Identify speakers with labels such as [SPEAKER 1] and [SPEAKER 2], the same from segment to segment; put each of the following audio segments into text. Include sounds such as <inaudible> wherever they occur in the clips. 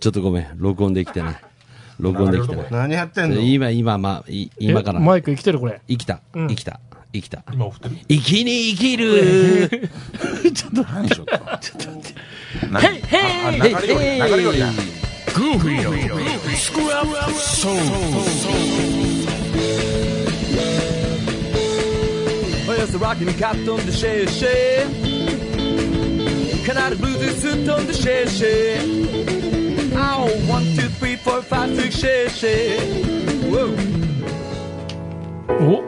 [SPEAKER 1] ちょっとごめん、録音できてない。録音できてない。
[SPEAKER 2] 何やってんの
[SPEAKER 1] 今、今、まあ、い今から。
[SPEAKER 3] マイク生きてるこれ。
[SPEAKER 1] 生きた、
[SPEAKER 3] うん
[SPEAKER 1] 生きた、生きた。
[SPEAKER 4] 今送ってる
[SPEAKER 1] 生きに生きるちょっと、
[SPEAKER 5] 何ちょっと。ちょっと。何
[SPEAKER 3] へいへい
[SPEAKER 5] あ流れよりや、流れよりや。
[SPEAKER 6] Well, yes, the rocket and captain the share share. Can I blue the suit on the share share? Ow, one, two, three, four, five, six, share share. Whoa.
[SPEAKER 3] お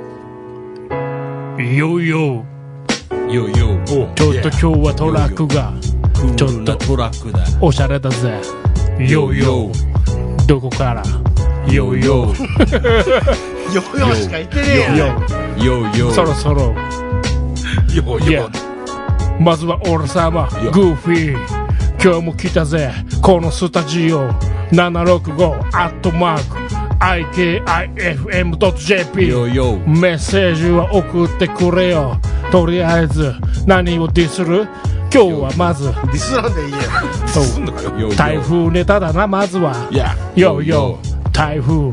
[SPEAKER 3] いよいよ。
[SPEAKER 1] よいよ、
[SPEAKER 3] ちょっと今日はトラックが、ちょっと
[SPEAKER 1] トラックだ。
[SPEAKER 3] おしゃれだぜ。よいよ。どこから
[SPEAKER 1] よいよ、
[SPEAKER 2] ヨーヨーしか言ってねえやん
[SPEAKER 1] よいよ、
[SPEAKER 3] そろそろ。
[SPEAKER 4] よ
[SPEAKER 3] い
[SPEAKER 4] い
[SPEAKER 3] や
[SPEAKER 4] よ
[SPEAKER 3] まずは俺様グーフィー今日も来たぜこのスタジオ765アットマーク IKIFM.jp
[SPEAKER 1] よいよ、
[SPEAKER 3] メッセージは送ってくれよとりあえず何をディスる今日はまず
[SPEAKER 2] ディスらんでいいや
[SPEAKER 3] そう
[SPEAKER 4] なんかよ
[SPEAKER 1] よいよ
[SPEAKER 3] 台風ネタだなまずはい
[SPEAKER 5] や、
[SPEAKER 3] よいよ台風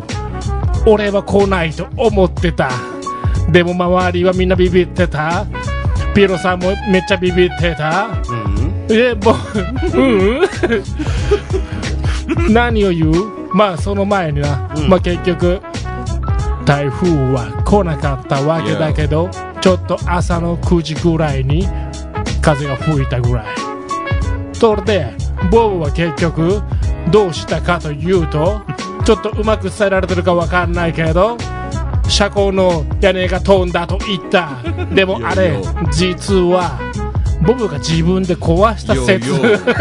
[SPEAKER 3] 俺は来ないと思ってたでも周りはみんなビビってたピロさんもめっちゃビビってたえもううん何を言うまあその前にな、まあ結局台風は来なかったわけだけどちょっと朝の9時ぐらいに風が吹いたぐらいそれでボブは結局どうしたかとい
[SPEAKER 1] <laughs>
[SPEAKER 3] うとちょっとうまく伝えられてるかわかんないけど車高の屋根が飛んだと言ったでもあれ
[SPEAKER 1] よいよ
[SPEAKER 3] 実はボブが自分で壊した
[SPEAKER 1] よ
[SPEAKER 3] 説
[SPEAKER 1] いよ、よいよ。
[SPEAKER 2] 普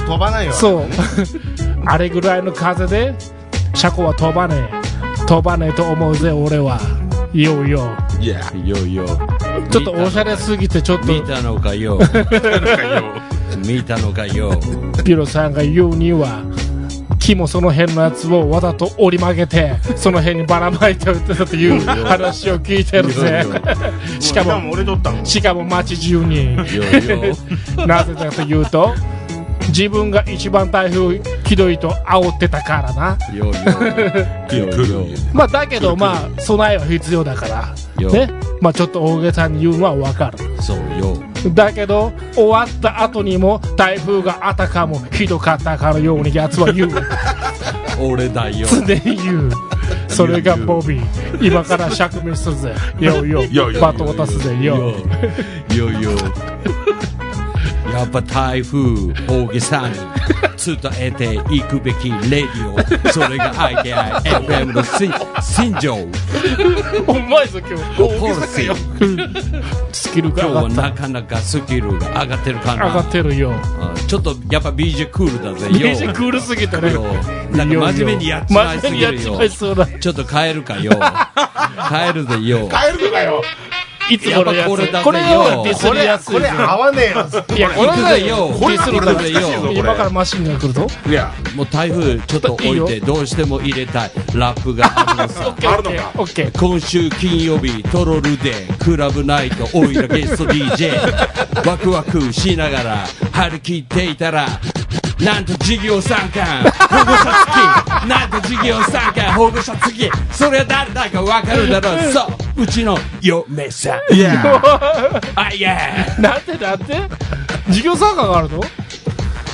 [SPEAKER 2] 通飛ばないよ
[SPEAKER 3] そう <laughs> あれぐらいの風で車高は飛ばねえ飛ばねえと思うぜ俺はいよいよ
[SPEAKER 1] いや、よいよ。
[SPEAKER 3] ちょっとおしゃれすぎてちょっ
[SPEAKER 1] 見
[SPEAKER 3] と
[SPEAKER 1] たのかよ。見たのかよ。
[SPEAKER 3] ピロさんが言うには木もその辺のやつをわざと折り曲げてその辺にばらまいておいてたという話を聞いてるぜしかも
[SPEAKER 2] 俺取ったもん
[SPEAKER 3] しかも街中に
[SPEAKER 1] よいよ、よいよ。
[SPEAKER 3] なぜだというと自分が一番台風ひどいと煽ってたからな
[SPEAKER 1] よい
[SPEAKER 3] <laughs>
[SPEAKER 1] よ。よいよ。
[SPEAKER 3] まあだけどまあ備えは必要だから
[SPEAKER 1] よ
[SPEAKER 3] ねまあちょっと大げさに言うのはわかる
[SPEAKER 1] そうよ。
[SPEAKER 3] だけど終わった後にも台風があたかもひどかったかのようにやつは言う
[SPEAKER 1] 俺だよ。
[SPEAKER 3] 常に言うそれがボビー今から釈明するぜよいよ
[SPEAKER 4] よいよ
[SPEAKER 3] バトン渡すぜよ
[SPEAKER 1] よよよやっぱ台風大げさに伝えていくべきレディオそれが IKIFM のし新庄
[SPEAKER 3] お前ぞ今日
[SPEAKER 1] ポルシー
[SPEAKER 3] スキル
[SPEAKER 1] 今日は
[SPEAKER 3] が上がっ
[SPEAKER 1] なかなかスキルが上がってるか
[SPEAKER 3] た上が
[SPEAKER 1] な
[SPEAKER 3] ってるよ
[SPEAKER 1] あちょっとやっぱ BJ クールだぜよ
[SPEAKER 3] レジクールすぎたね
[SPEAKER 1] よなんか真面目にやっちまいすぎ
[SPEAKER 3] 真面
[SPEAKER 1] る
[SPEAKER 3] 目にやっち
[SPEAKER 1] よ
[SPEAKER 3] まいそうだ
[SPEAKER 1] ちょっと変える
[SPEAKER 3] <laughs>
[SPEAKER 1] かよ変えるぜよ
[SPEAKER 5] 帰るのかよ。
[SPEAKER 3] いつもの
[SPEAKER 1] や
[SPEAKER 3] や
[SPEAKER 1] っぱこれだ
[SPEAKER 3] つ
[SPEAKER 1] ぜ
[SPEAKER 3] これを
[SPEAKER 1] よ
[SPEAKER 3] ディス
[SPEAKER 2] こ
[SPEAKER 3] り
[SPEAKER 2] れ
[SPEAKER 3] やすい
[SPEAKER 2] こ
[SPEAKER 3] ぜ
[SPEAKER 2] れ合わねえよ
[SPEAKER 3] いやこれ
[SPEAKER 1] 行く
[SPEAKER 3] だ
[SPEAKER 1] ぜ
[SPEAKER 3] よ
[SPEAKER 1] よ
[SPEAKER 3] ディス
[SPEAKER 1] これ
[SPEAKER 3] る
[SPEAKER 1] 難しいぞこ
[SPEAKER 3] だ
[SPEAKER 1] れ
[SPEAKER 3] 今からマシンが来るぞ
[SPEAKER 5] いや、
[SPEAKER 1] もう台風ちょっと
[SPEAKER 3] い
[SPEAKER 1] 置
[SPEAKER 3] い
[SPEAKER 1] い
[SPEAKER 3] よ
[SPEAKER 1] てどうしても入れたいラップがあるのさ
[SPEAKER 3] オッケーオッケー
[SPEAKER 1] 今週金曜日トロルでクラブナイトおいらゲスト DJ <laughs> ワクワクしながら張り切っていたらなんと事業参観保護者付きなんと事業参観保護者付きそれは誰だかわかるだろうそううちの嫁さん
[SPEAKER 5] いや、
[SPEAKER 1] あいや
[SPEAKER 3] なんてなんて事業参加があるの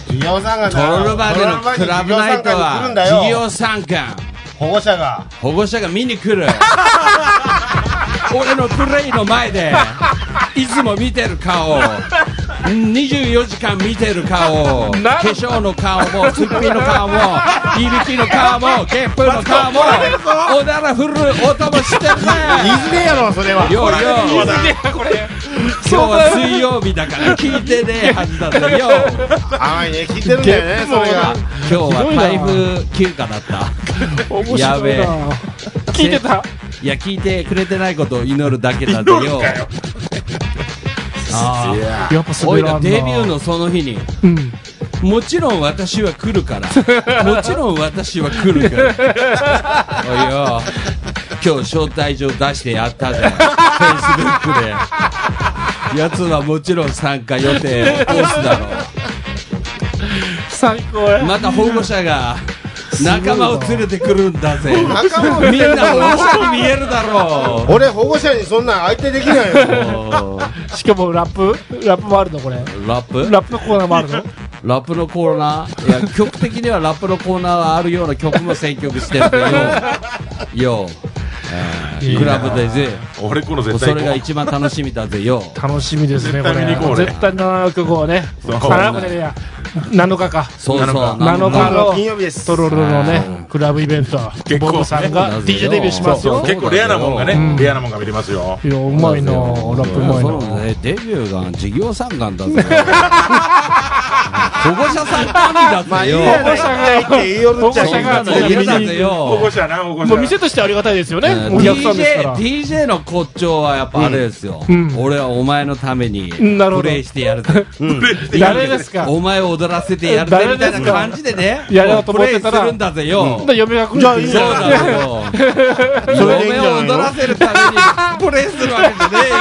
[SPEAKER 2] 授業参観
[SPEAKER 1] ト
[SPEAKER 2] だ
[SPEAKER 1] ロルバでのクラブナイト
[SPEAKER 2] 来るん
[SPEAKER 1] は
[SPEAKER 2] だ
[SPEAKER 1] 事
[SPEAKER 2] よ
[SPEAKER 1] 業参観
[SPEAKER 2] 保護者が
[SPEAKER 1] 保護者が見に <laughs> 来る俺のプレイの前でいつも見てる顔24時間見てる顔化
[SPEAKER 3] なん
[SPEAKER 1] 粧の顔もすっぴんの顔 <laughs> もいびきの顔もゲップの顔もおなら振る音もしてる
[SPEAKER 2] 言い
[SPEAKER 1] ね
[SPEAKER 2] づれえやろそれは
[SPEAKER 1] よいよ今日は水曜日だから聞いてねえはずだぜよ
[SPEAKER 2] 甘いね聞いてるんだよねそれが
[SPEAKER 1] 今日は台風休暇だったや
[SPEAKER 3] 面白
[SPEAKER 1] べ
[SPEAKER 3] い
[SPEAKER 1] え
[SPEAKER 3] な聞いてた
[SPEAKER 1] いや聞いてくれてないことを祈るだけだぜよああ
[SPEAKER 3] やっぱ
[SPEAKER 1] お
[SPEAKER 3] 滑
[SPEAKER 1] い
[SPEAKER 3] ら
[SPEAKER 1] ら
[SPEAKER 3] んな
[SPEAKER 1] デビューのその日に
[SPEAKER 3] うん
[SPEAKER 1] もちろん私は来るから
[SPEAKER 3] <laughs>
[SPEAKER 1] もちろん私は来るからおいよ今日招待状出してやったぜフェイスブックでやつはもちろん参加予定を押すだろう
[SPEAKER 3] 最高や
[SPEAKER 1] また保護者が仲間を連れてくるんだぜ
[SPEAKER 2] 仲間
[SPEAKER 1] みんな保護者に見えるだろ
[SPEAKER 2] 俺保護者にそんなん相手できないよ
[SPEAKER 1] う
[SPEAKER 3] しかもラップラップもあるのこれ
[SPEAKER 1] ラップ
[SPEAKER 3] ラップのコーナーもあるの
[SPEAKER 1] ラップのコーナーいや曲的にはラップのコーナーはあるような曲も選曲してるんだよ
[SPEAKER 5] <laughs>
[SPEAKER 1] よ、えークラブでぜ
[SPEAKER 5] 俺この絶対
[SPEAKER 1] そ
[SPEAKER 5] 行
[SPEAKER 1] れ
[SPEAKER 5] こ
[SPEAKER 1] が一番楽しみだぜよ
[SPEAKER 3] 楽しみですねこ
[SPEAKER 5] 絶対見
[SPEAKER 3] れ
[SPEAKER 5] に行こうね
[SPEAKER 3] 絶対7日後ね
[SPEAKER 5] そう
[SPEAKER 3] 7日でいや7日か
[SPEAKER 1] そうそう
[SPEAKER 5] 7
[SPEAKER 3] 日
[SPEAKER 1] なん
[SPEAKER 3] 7
[SPEAKER 1] か
[SPEAKER 3] 日の
[SPEAKER 2] 金曜日です
[SPEAKER 3] トロロの
[SPEAKER 1] う
[SPEAKER 3] ねクラブイベント
[SPEAKER 5] 結構
[SPEAKER 3] ボブさんが
[SPEAKER 1] ね
[SPEAKER 3] DJ デビューします
[SPEAKER 5] う
[SPEAKER 3] よ
[SPEAKER 5] 結構レアなもんが
[SPEAKER 3] う
[SPEAKER 5] ね
[SPEAKER 3] ん
[SPEAKER 5] レアなもんが見れますよ
[SPEAKER 3] いやうまいなラップうまい
[SPEAKER 1] そう
[SPEAKER 3] な
[SPEAKER 1] ねデビューが事業参観
[SPEAKER 3] <laughs>
[SPEAKER 1] だぜ保護者参観日だぜよ
[SPEAKER 3] 保護者が
[SPEAKER 2] って言いよる
[SPEAKER 3] 保護
[SPEAKER 2] っちゃ
[SPEAKER 3] 者が
[SPEAKER 1] そう
[SPEAKER 3] み
[SPEAKER 1] 嫌
[SPEAKER 3] んな
[SPEAKER 1] だ
[SPEAKER 3] に
[SPEAKER 1] ぜよ
[SPEAKER 5] 保護者な保護
[SPEAKER 3] も
[SPEAKER 5] 者
[SPEAKER 3] う店としてはありがたいですよねお客さんです
[SPEAKER 1] DJ,
[SPEAKER 3] から
[SPEAKER 1] DJ の骨頂はやっぱあれですよ、
[SPEAKER 3] うんうん
[SPEAKER 1] 俺はお前のために
[SPEAKER 3] んなるほど
[SPEAKER 1] プレイしてやるぜ、
[SPEAKER 3] 誰ですか
[SPEAKER 1] <laughs> お前を踊らせてやるぜみたいな感じでね
[SPEAKER 3] やろうと
[SPEAKER 1] プ
[SPEAKER 3] 思っ
[SPEAKER 1] レイ
[SPEAKER 3] て
[SPEAKER 1] す
[SPEAKER 3] たら
[SPEAKER 1] るんだぜよ、
[SPEAKER 3] ほんで嫁が来るじゃあいい
[SPEAKER 1] そうだよ。
[SPEAKER 2] それでいいんじ
[SPEAKER 1] 嫁
[SPEAKER 2] ゃ
[SPEAKER 1] を
[SPEAKER 2] ないの
[SPEAKER 1] 踊らせるためにプレイするわけじゃねえよ。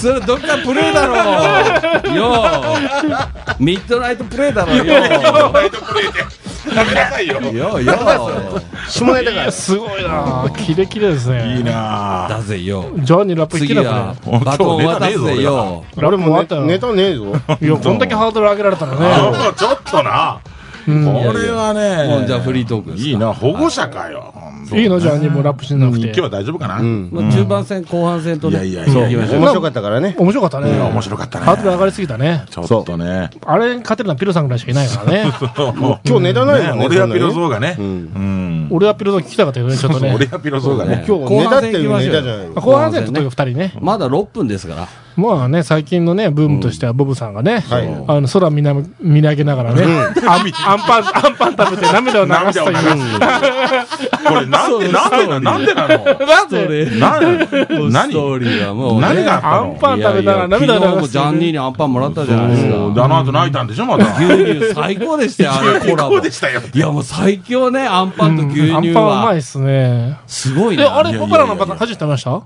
[SPEAKER 1] それどっかプレイだろう。よう。ミッドナイトプレイだろうよ。
[SPEAKER 5] ナイトプレイでやめなさいよ
[SPEAKER 1] よよ。
[SPEAKER 2] 下ネタが
[SPEAKER 3] すごいなキレキレですね
[SPEAKER 5] いいなぁ
[SPEAKER 1] だぜよ。
[SPEAKER 3] ジョニーラップ好き
[SPEAKER 1] 次
[SPEAKER 3] だ
[SPEAKER 1] は
[SPEAKER 3] ね
[SPEAKER 1] バトンを渡すぜよ。
[SPEAKER 3] ラップもあった
[SPEAKER 2] 俺も
[SPEAKER 3] よ
[SPEAKER 2] ネタねえぞ
[SPEAKER 3] いやこんだけハードル上げられたらね
[SPEAKER 5] あちょっとな
[SPEAKER 3] うん
[SPEAKER 5] これは
[SPEAKER 1] もう
[SPEAKER 5] ね
[SPEAKER 1] じゃあフリートークですか
[SPEAKER 5] いいな保護者かよ
[SPEAKER 3] いいのじゃあにもラップしなく
[SPEAKER 5] 今日
[SPEAKER 3] て
[SPEAKER 5] は大丈夫かな
[SPEAKER 2] うん
[SPEAKER 1] まあ中盤戦後半戦とね。
[SPEAKER 5] いやいやいやいや
[SPEAKER 1] 行きましょう
[SPEAKER 2] 面白かったからね
[SPEAKER 3] 面白かったね
[SPEAKER 5] いや面白かったね
[SPEAKER 3] ハードル上がりすぎたね
[SPEAKER 5] ちょっとね
[SPEAKER 3] あれに勝てるのはピロさんぐらいしかいないからね
[SPEAKER 2] 今日ネタない
[SPEAKER 5] ね
[SPEAKER 2] もんねそ
[SPEAKER 5] 俺は
[SPEAKER 2] んなに
[SPEAKER 5] ピロゾーがね
[SPEAKER 2] ん
[SPEAKER 5] うん
[SPEAKER 3] 俺はピロさん聞きたかったよねちょっとね
[SPEAKER 5] 俺はピロゾーがね
[SPEAKER 2] 今日ネタっていうネタじゃない
[SPEAKER 1] 後半戦行きましょうよ
[SPEAKER 2] の
[SPEAKER 3] 後半戦と2人ね
[SPEAKER 1] まだ6分ですから。
[SPEAKER 3] まあね最近のねブームとしてはボブさんがね
[SPEAKER 2] はい
[SPEAKER 3] あの空見な見上げながらねアンアンパンアンパン食べて涙を流すと
[SPEAKER 5] 涙を
[SPEAKER 3] い
[SPEAKER 5] 流
[SPEAKER 3] う
[SPEAKER 5] これなんでなんでななんでなの
[SPEAKER 3] なん
[SPEAKER 1] そ
[SPEAKER 3] で
[SPEAKER 1] れ。
[SPEAKER 5] な
[SPEAKER 1] ス
[SPEAKER 5] 何
[SPEAKER 1] トーリーはもうね。
[SPEAKER 5] 何があった
[SPEAKER 3] ア
[SPEAKER 5] の
[SPEAKER 3] ンパン食べながら涙
[SPEAKER 1] 昨
[SPEAKER 3] を
[SPEAKER 1] 日
[SPEAKER 3] 流
[SPEAKER 1] も
[SPEAKER 3] す
[SPEAKER 1] ジャンニーにアンパンもらったじゃないです
[SPEAKER 5] うんで
[SPEAKER 1] か。
[SPEAKER 5] あの後泣いたんでしょまた
[SPEAKER 1] 牛乳最高でしたよ、あのコラ
[SPEAKER 5] こ
[SPEAKER 1] ボ
[SPEAKER 5] う。でしたよ
[SPEAKER 1] いやもう最強ね、アンパンと牛
[SPEAKER 3] アン
[SPEAKER 1] 乳
[SPEAKER 3] パンうまい
[SPEAKER 1] は
[SPEAKER 3] っ。すね
[SPEAKER 1] すごい
[SPEAKER 3] え
[SPEAKER 1] ね。
[SPEAKER 3] あ
[SPEAKER 5] いやいやい
[SPEAKER 3] れ
[SPEAKER 5] や
[SPEAKER 3] ポプラのアンパン初めて食べましたん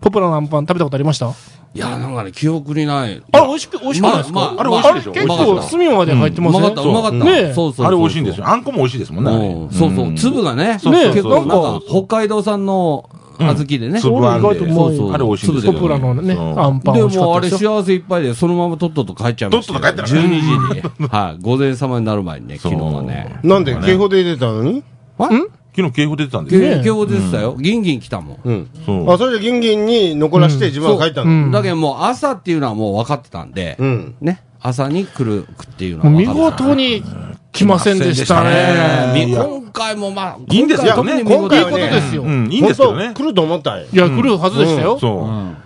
[SPEAKER 3] ポプラのアンパン食べたことありました
[SPEAKER 1] いや、なんかね、記憶にない。
[SPEAKER 3] あれ美味しく美味しくないです
[SPEAKER 1] まあ
[SPEAKER 3] か
[SPEAKER 1] まあ
[SPEAKER 5] あれ美味しいでしょ
[SPEAKER 3] 結
[SPEAKER 1] うま
[SPEAKER 3] 構
[SPEAKER 1] かった
[SPEAKER 3] 隅まで入って
[SPEAKER 1] う
[SPEAKER 3] ま
[SPEAKER 1] ますかった、うまかった。
[SPEAKER 3] ねえ
[SPEAKER 1] そうそうそう。
[SPEAKER 5] あれ美味しいんですよあんこも美味しいですもんねあれ
[SPEAKER 1] うんそうそう。
[SPEAKER 5] ん
[SPEAKER 1] 粒がね、
[SPEAKER 5] そうそう
[SPEAKER 3] ねえ
[SPEAKER 1] 結
[SPEAKER 5] そう
[SPEAKER 1] 構
[SPEAKER 5] そう
[SPEAKER 1] なんか、北海道産の小豆でね。
[SPEAKER 5] 粒あんで
[SPEAKER 3] 意外とうまい
[SPEAKER 1] そう
[SPEAKER 5] あれ美味しいんです
[SPEAKER 1] そ
[SPEAKER 5] よ
[SPEAKER 1] う
[SPEAKER 3] ポプラのね
[SPEAKER 5] そう
[SPEAKER 3] アンパン美
[SPEAKER 1] で
[SPEAKER 3] 味しか
[SPEAKER 1] も
[SPEAKER 3] っ
[SPEAKER 1] あ
[SPEAKER 3] たで
[SPEAKER 1] れ
[SPEAKER 3] すよ
[SPEAKER 1] 幸せいっぱいで、そのままとっとと帰っちゃいましたよ。
[SPEAKER 5] とっとと帰った
[SPEAKER 1] 12
[SPEAKER 5] ね
[SPEAKER 1] 時に。はい。午前様になる前にね、昨日はね。
[SPEAKER 2] なんで警報で出てたのに
[SPEAKER 5] 昨日警報出てたんですよ
[SPEAKER 1] 今日出てたよ。ギンギン来たもん。
[SPEAKER 2] うん
[SPEAKER 5] そう
[SPEAKER 2] あそれでギンギンに残らして自分は帰った
[SPEAKER 3] う
[SPEAKER 2] の
[SPEAKER 3] ん
[SPEAKER 1] だけどもう朝っていうのはもう分かってたんで、
[SPEAKER 2] うん
[SPEAKER 1] ね、朝に来るっていうのは
[SPEAKER 3] もう
[SPEAKER 1] 分
[SPEAKER 3] 見
[SPEAKER 1] かってた
[SPEAKER 3] 事に来ませんでしたね。
[SPEAKER 1] み今回もまあ、
[SPEAKER 5] いいんですよ
[SPEAKER 1] 今回特に
[SPEAKER 5] ね
[SPEAKER 1] 見事
[SPEAKER 3] いい
[SPEAKER 1] だ
[SPEAKER 3] こ
[SPEAKER 1] ね
[SPEAKER 3] とですよ。
[SPEAKER 5] うんいいんですけどね
[SPEAKER 2] 本当来ると思ったんよ
[SPEAKER 3] いや、来るはずでしたよ。
[SPEAKER 5] そう